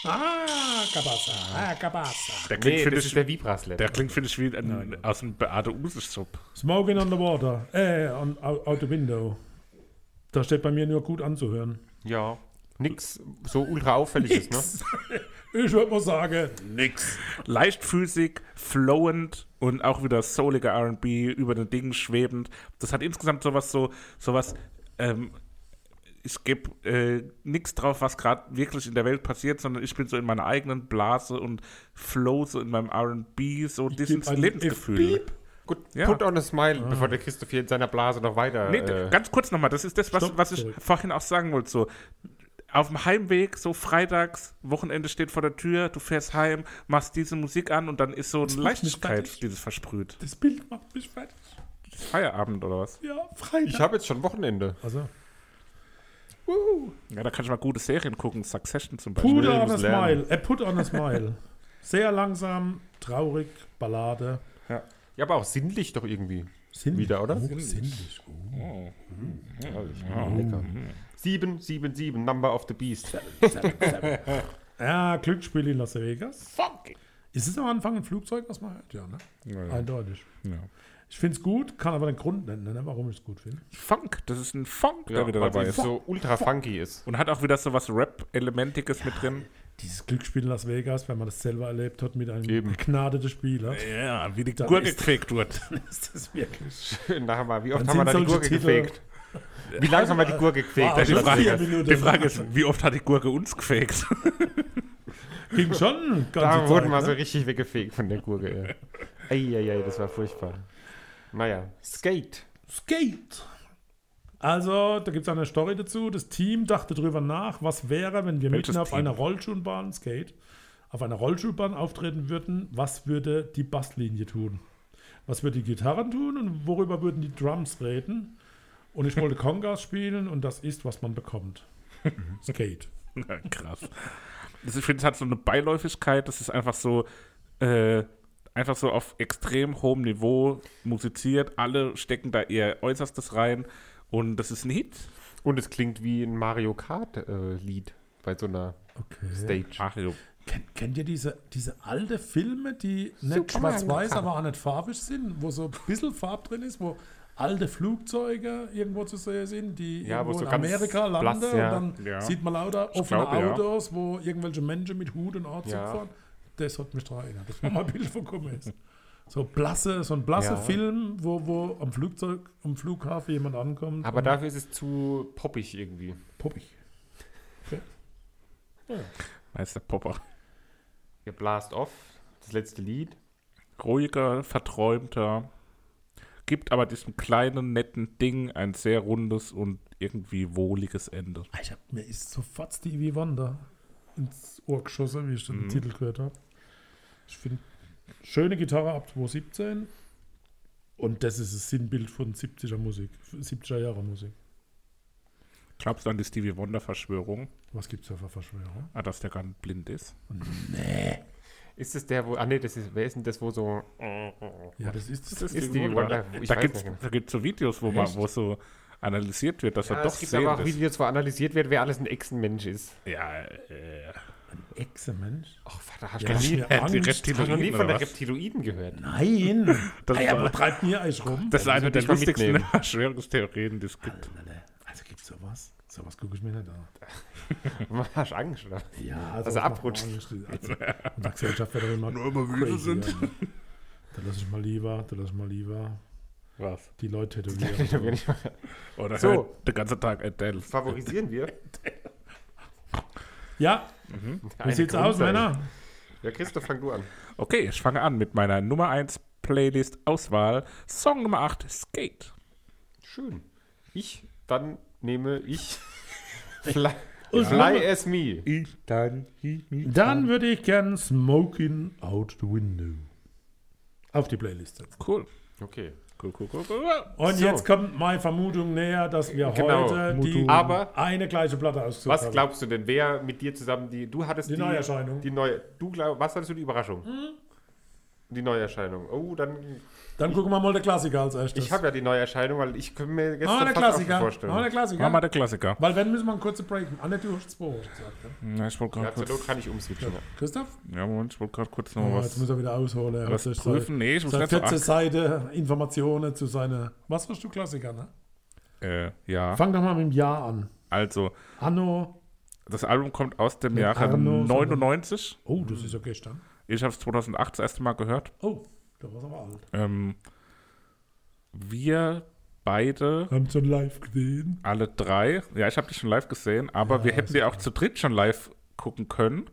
S2: Ah, Kabassa, ah, Kabassa.
S1: der klingt, finde ich,
S3: Vibra-Slap.
S1: der klingt, finde ich, wie ein, aus dem Beate Usisch-Sub.
S2: Smoking on the water, äh, on, out, out the window. Da steht bei mir nur gut anzuhören.
S3: Ja, nix so ultra auffälliges, ne?
S2: Ich würde mal sagen,
S1: Nix. Leichtfüßig, flowend und auch wieder souliger R&B, über den Dingen schwebend. Das hat insgesamt sowas so, sowas, ähm, ich gebe äh, nichts drauf, was gerade wirklich in der Welt passiert, sondern ich bin so in meiner eigenen Blase und flow so in meinem R&B, so dieses
S2: ein
S1: Lebensgefühl.
S3: Gut,
S1: Ja.
S3: put on a smile,
S2: Ah.
S3: bevor der Christoph hier in seiner Blase noch weiter.
S1: Nee,
S3: äh,
S1: ganz kurz nochmal, das ist das, was,
S2: Stopp
S1: was ich
S2: zurück.
S1: vorhin auch sagen wollte. So, auf dem Heimweg, so freitags, Wochenende steht vor der Tür, du fährst heim, machst diese Musik an und dann ist so eine
S2: macht mich fertig.
S1: Leichtigkeit, dieses versprüht.
S2: das Bild macht mich fertig.
S1: Feierabend oder was?
S2: Ja, Freitag.
S3: ich habe jetzt schon Wochenende.
S2: also,
S1: Ja, da kann ich mal gute Serien gucken, Succession zum Beispiel.
S2: put
S3: will,
S2: on
S3: muss
S2: a
S3: lernen.
S2: smile, äh, put on a smile. Sehr langsam, traurig, Ballade.
S3: Ja, aber auch sinnlich doch irgendwie.
S2: Sinn-
S3: Wieder, oder?
S2: Oh, sinnlich. Oh.
S3: Lecker. 7, 7, 7, Number of the Beast.
S2: Ja, Glücksspiel in Las Vegas. Ist es am Anfang ein Flugzeug, was man hört? Ja, ne? Eindeutig.
S1: Ja.
S2: Ich finde es gut, kann aber den Grund nennen, ne, warum ich es gut finde.
S1: Funk, das ist ein Funk, der wieder
S3: weil
S1: dabei
S3: sie
S1: ist.
S3: so ultra funky ist.
S1: Und hat auch wieder so was Rap-Elementiges mit drin.
S2: Dieses Glücksspiel in Las Vegas, wenn man das selber erlebt hat mit einem
S3: Eben.
S2: begnadeten Spieler,
S1: Ja, wie die
S2: Dann
S1: Gurke
S2: ist-
S1: gefegt wird.
S2: ist das wirklich.
S3: Nachher mal, wie oft
S2: Dann
S3: haben wir
S2: sind
S3: da die
S2: solche
S3: Gurke
S2: Titel-
S3: gefegt? Wie lange haben wir die Gurke gefegt?
S2: Wow.
S1: Die
S2: Das ist
S1: Frage,
S2: vier Minuten.
S1: die Frage ist, wie oft hat die Gurke uns gefegt?
S2: Ging schon.
S3: Da
S2: ganze
S3: wurden
S2: Zeit,
S3: wir so
S2: ne?
S3: richtig weggefegt von der Gurke. ja. Eieiei, das war furchtbar. Naja, Skate.
S2: Skate. Also, da gibt es eine Story dazu. Das Team dachte drüber nach, was wäre, wenn wir
S1: Welches
S2: mitten auf
S1: Team?
S2: einer Rollschuhbahn, Skate, auf einer Rollschuhbahn auftreten würden, was würde die Basslinie tun? was würden die Gitarren tun und worüber würden die Drums reden. Und ich wollte Congas spielen und das ist, was man bekommt. Skate.
S1: Ja, Krass. Das, ich finde, es hat so eine Beiläufigkeit, das ist einfach so, äh, einfach so auf extrem hohem Niveau musiziert. Alle stecken da ihr Äußerstes rein und das ist ein Hit.
S3: Und es klingt wie ein Mario Kart-Lied äh, bei so einer
S2: Okay.
S3: Stage.
S1: Mario.
S2: Kennt, kennt ihr diese, diese alte Filme, die nicht schwarz-weiß, aber auch nicht farbig sind, wo so ein bisschen Farb drin ist, wo alte Flugzeuge irgendwo zu sehen sind, die
S3: Ja, wo
S2: irgendwo
S3: so
S2: in
S3: ganz
S2: Amerika
S3: blass,
S2: landen
S3: ja.
S2: und dann
S1: Ja.
S2: sieht man lauter offene
S1: glaube, ja.
S2: Autos, wo irgendwelche Menschen mit Hut und Anzug
S3: Ja.
S2: fahren. Das hat mich daran erinnert, das war mein Bild von Gomez. So blasse, so ein blasser
S3: Ja.
S2: Film, wo, wo am Flugzeug, am Flughafen jemand ankommt.
S3: Aber
S2: und
S3: dafür ist es zu poppig irgendwie.
S2: poppig.
S1: Meister Popper.
S3: Ja, Blast Off, das letzte Lied.
S1: Ruhiger, verträumter. Gibt aber diesem kleinen, netten Ding ein sehr rundes und irgendwie wohliges Ende.
S2: Ich hab, mir ist sofort Stevie Wonder ins Ohr geschossen, wie ich den Titel gehört habe. Ich finde, schöne Gitarre ab 2017. Und das ist das Sinnbild von 70er Musik, 70er Jahre Musik.
S1: Glaubst du an die Stevie Wonder-Verschwörung?
S2: Was gibt's da für Verschwörung?
S1: Ah, dass der gar nicht blind ist?
S3: Ist es der, wo. Ah, nee, das ist. Wer ist denn das, wo so.
S2: Ja, das ist das.
S3: ist Stevie Wonder. Ich
S1: Da
S3: weiß
S1: gibt es
S3: nicht genau.
S1: da gibt's so Videos, wo, man, wo so analysiert wird, dass er doch
S3: es gibt aber
S1: sehend
S3: auch
S1: ist.
S3: Videos, wo analysiert wird, wer alles ein Echsenmensch ist.
S1: Ja, äh,
S2: Exe-Mensch?
S3: Ach, Vater, hast
S2: Ja,
S3: du noch nie,
S2: mir
S1: äh, die
S2: Angst.
S3: hast du noch nie
S1: Reptiloiden
S3: von
S1: oder
S3: der
S1: was?
S3: Reptiloiden gehört?
S2: Nein!
S1: Das
S2: ah, ja,
S1: war-
S2: wo treibt ihr eigentlich rum?
S1: Das ist eine der
S3: dich mal
S1: lustigsten
S3: mitnehmen.
S1: Verschwörungstheorien, die es gibt.
S2: also gibt's sowas? Sowas gucke ich mir nicht an.
S3: Hast du Angst, oder?
S2: Ja,
S3: Also abrutscht.
S2: Also, in der Gesellschaft wird immer
S1: Nur immer Wüste sind.
S2: ja. Da lasse ich mal lieber, da lasse ich mal lieber
S1: Was?
S2: die Leute tätowieren.
S3: Wenn ich mal-
S1: Oder
S3: So.
S1: hört den ganzen Tag Adele.
S3: Favorisieren wir.
S2: Ja,
S1: Mhm.
S2: wie
S3: Eine
S2: sieht's aus,
S3: Grundseite.
S2: Männer?
S3: Ja, Christoph, fang du an.
S1: Okay, ich fange an mit meiner Nummer 1 Playlist-Auswahl. Song Nummer 8, Skate.
S3: Schön. Ich, dann nehme ich Fly, Fly as Me.
S2: Dann würde ich gern Smoking Out the Window auf die Playlist setzen.
S1: Cool.
S3: Okay.
S1: Cool, cool, cool, cool.
S2: Und
S3: So.
S2: jetzt kommt meine Vermutung näher, dass wir
S3: Genau.
S2: heute die
S3: Mutung. Aber-
S2: eine gleiche Platte ausgesucht
S3: Was
S2: haben.
S3: glaubst du denn, wer mit dir zusammen die. Du hattest
S2: Die Neuerscheinung. Hm?
S3: Die neue. Du glaub, was hattest du die Überraschung? Die Neuerscheinung. Oh, dann.
S2: Dann gucken wir mal den Klassiker als erstes.
S3: Ich habe ja die Neuerscheinung, weil ich könnte mir gestern
S2: Machen wir den
S3: fast auch schon
S2: Klassiker.
S3: vorstellen.
S2: Machen wir den
S1: Mach
S2: Klassiker.
S1: mal der Klassiker.
S2: Weil wenn, müssen wir einen kurzen Break. machen. Ah, nicht, du hast zwei. gesagt, ja.
S1: Ja, ich wollte
S3: ja,
S1: gerade
S3: zur Not
S1: kurz,
S3: kann ich umswitchen. Ja.
S2: Christoph?
S1: ja, Moment, ich wollte gerade kurz noch
S2: Oh, jetzt muss
S1: was.
S2: er wieder ausholen. Er
S1: was
S2: hat sich
S1: prüfen? Nee, ich muss
S2: seit
S1: nicht so
S2: 14
S1: arg-
S2: Seiten Informationen zu seiner... Was warst du Klassiker, ne?
S1: Äh, ja,
S2: Fang doch mal mit dem Jahr an.
S1: also,
S2: Anno...
S1: das Album kommt aus dem Jahre
S2: Arno,
S1: 99.
S2: Oh, das ist ja gestern.
S1: Ich habe es 2008 das erste Mal gehört.
S2: Oh, da war es aber alt.
S1: Ähm, wir beide,
S2: Haben schon live gesehen.
S1: alle drei, ja, ich habe dich schon live gesehen, aber wir hätten die auch zu dritt schon live gucken können.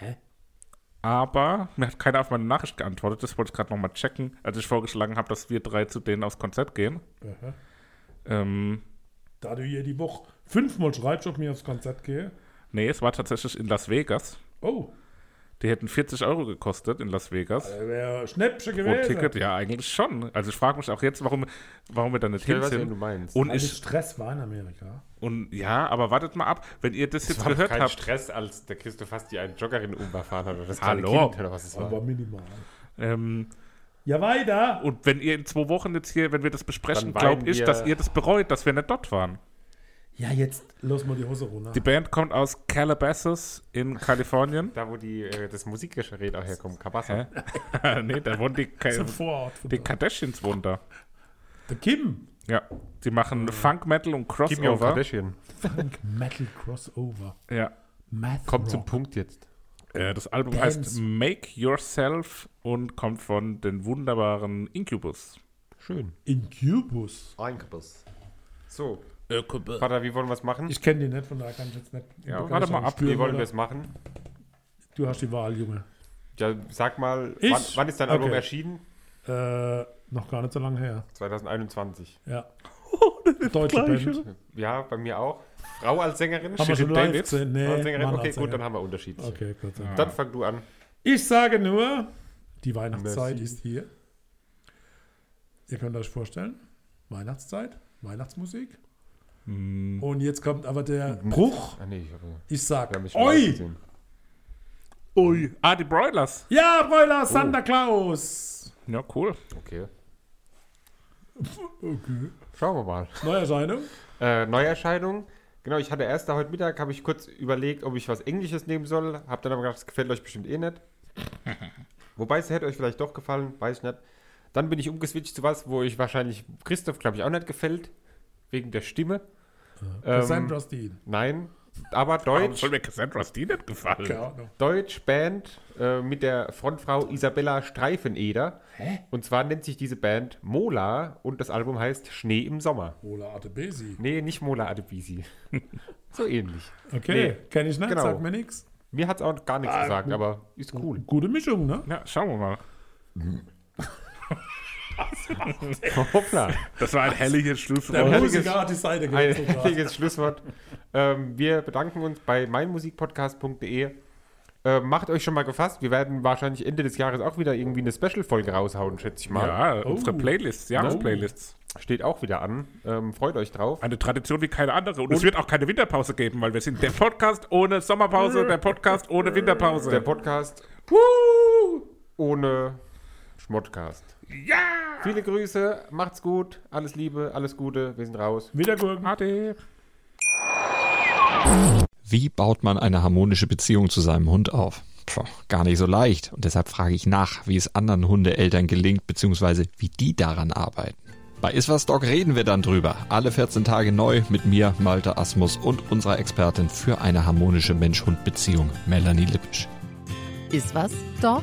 S1: Hä? Aber mir hat keiner auf meine Nachricht geantwortet, das wollte ich gerade nochmal checken, als ich vorgeschlagen habe, dass wir drei zu denen aufs Konzert gehen. Ähm,
S2: Da du hier die Woche fünfmal schreibst, ob ich aufs Konzert gehe.
S1: nee, es war tatsächlich in Las Vegas.
S2: Oh,
S1: Die hätten 40 Euro gekostet in Las Vegas.
S2: da wäre Schnäppchen
S1: Pro
S2: gewesen.
S1: Ticket, ja, eigentlich schon. Also ich frage mich auch jetzt, warum, warum wir da nicht
S3: Ich
S1: hin
S3: weiß, wen
S1: sind.
S3: du meinst.
S1: Und
S2: Weil
S1: ich,
S2: es Stress war in Amerika.
S1: Und ja, aber wartet mal ab, wenn ihr das jetzt
S3: Das war doch
S1: gehört
S3: kein
S1: habt.
S3: Stress, als der Christoph fast die einen Joggerin umgefahren hat. Oder das
S1: Hallo.
S3: kleine Kind, oder was es war.
S2: Aber minimal.
S1: Ähm,
S2: Ja, weiter.
S1: und wenn ihr in zwei Wochen jetzt hier, wenn wir das besprechen,
S3: Dann weinen
S1: glaube ich,
S3: wir-
S1: dass ihr das bereut, dass wir nicht dort waren.
S2: Ja, jetzt lass mal die Hose runter.
S1: Die Band kommt aus Calabasas in Kalifornien.
S3: Da, wo die, äh, das Musikgerät auch herkommt. Kabasa.
S1: Hä? nee, da wohnen die, Ka
S2: Zum Vorort. Von
S1: die
S2: da.
S1: Kardashians wohnen da.
S2: Der Kim.
S1: Ja, die machen
S3: Mhm.
S1: Funk, Metal und
S3: Kim
S1: Crossover.
S3: Kardashian.
S2: Funk Metal Crossover.
S1: Ja,
S2: Math
S3: Kommt zum
S2: Rock.
S3: Punkt jetzt.
S1: äh, das Album
S2: Dance.
S1: heißt Make Yourself und kommt von den wunderbaren Incubus.
S3: Schön.
S2: Incubus.
S3: Einkabus. So. Vater, wie wollen wir es machen?
S2: Ich kenne die nicht, von daher kann ich jetzt nicht.
S3: Ja,
S2: kann ich
S1: warte
S2: auch
S1: mal
S2: nicht
S1: ab,
S2: spüren,
S3: wie wollen
S2: oder?
S3: wir es machen?
S2: Du hast die Wahl, Junge.
S3: Ja, sag mal,
S2: Ich?
S3: wann, wann ist dein Album
S2: Okay.
S3: erschienen?
S2: Äh, noch gar nicht so lange her.
S3: 2021.
S2: Ja. Deutsche Band.
S3: Ja, bei mir auch. Frau als Sängerin?
S2: Haben wir schon
S1: Shirin
S2: live
S1: David?
S2: gesehen? Nee,
S3: Frau als Sängerin?
S2: Mann
S3: Okay,
S2: als
S3: gut, dann
S2: Sänger.
S3: haben wir Unterschied.
S2: Okay, Gott sei Dank.
S3: Dann fang du an.
S2: Ich sage nur, die Weihnachtszeit
S3: Merci.
S2: ist hier. ihr könnt euch vorstellen, Weihnachtszeit, Weihnachtsmusik.
S3: Mhm.
S2: Und jetzt kommt aber der Bruch.
S3: Ah, nee, ich habe
S2: Ich sag,
S3: mich
S2: oi!
S3: gesehen.
S1: Ui. Ah, die Broilers.
S2: Ja,
S3: Oh.
S2: Bräuler, Santa Claus!
S1: Ja, cool.
S3: Okay.
S2: Okay.
S3: Schauen wir mal.
S2: Neuerscheinung.
S3: Äh, Neuerscheinung. Genau, ich hatte erst da heute Mittag, habe ich kurz überlegt, ob ich was Englisches nehmen soll. Habe dann aber gedacht, das gefällt euch bestimmt eh nicht. Wobei es hätte euch vielleicht doch gefallen, weiß ich nicht. Dann bin ich umgeswitcht zu was, wo ich wahrscheinlich Christoph, glaube ich, auch nicht gefällt. Wegen der Stimme. Ähm,
S2: Cassandra Steen.
S3: Nein, aber
S1: Warum
S3: Deutsch.
S1: soll mir Cassandra Steen nicht gefallen?
S2: Keine Ahnung.
S3: Deutsch Band äh, mit der Frontfrau Isabella Streifeneder. Und zwar nennt sich diese Band Mola und das Album heißt Schnee im Sommer.
S2: Ola Adebesi.
S3: Nee, nicht Mola Adebisi. so ähnlich.
S2: Okay,
S3: Nee.
S2: kenne ich nicht,
S3: Genau.
S2: sagt mir nichts.
S3: Mir hat es auch gar nichts gesagt, aber ist cool.
S2: Gute Mischung, ne?
S1: Ja, schauen wir mal.
S3: Hoppla.
S1: Das war ein herrliches
S2: Der
S1: Schlusswort.
S3: herrliches-
S2: Musiker hat die Seite
S3: Ein
S2: gewechselt.
S3: herrliches Schlusswort. Ähm, wir bedanken uns bei meinmusikpodcast.de. Äh, macht euch schon mal gefasst. Wir werden wahrscheinlich Ende des Jahres auch wieder irgendwie eine Special-Folge raushauen, schätze ich mal.
S1: Ja, Oh. unsere Playlists, Jahresplaylists.
S3: Steht auch wieder an. Ähm, freut euch drauf.
S1: Eine Tradition wie keine andere. Und, es wird auch keine Winterpause geben, weil wir sind der Podcast ohne Sommerpause, der Podcast ohne Winterpause.
S3: Der Podcast ohne Schmottcast. Ja! Viele Grüße, macht's gut, alles Liebe, alles Gute, wir sind raus.
S2: Wieder Gurken.
S1: Ade.
S7: Wie baut man eine harmonische Beziehung zu seinem Hund auf? Puh, gar nicht so leicht. Und deshalb frage ich nach, wie es anderen Hundeeltern gelingt, beziehungsweise wie die daran arbeiten. Bei Iswas Dog reden wir dann drüber. Alle 14 Tage neu mit mir, Malte Asmus und unserer Expertin für eine harmonische Mensch-Hund-Beziehung, Melanie Lippisch.
S8: Ist was, Dog?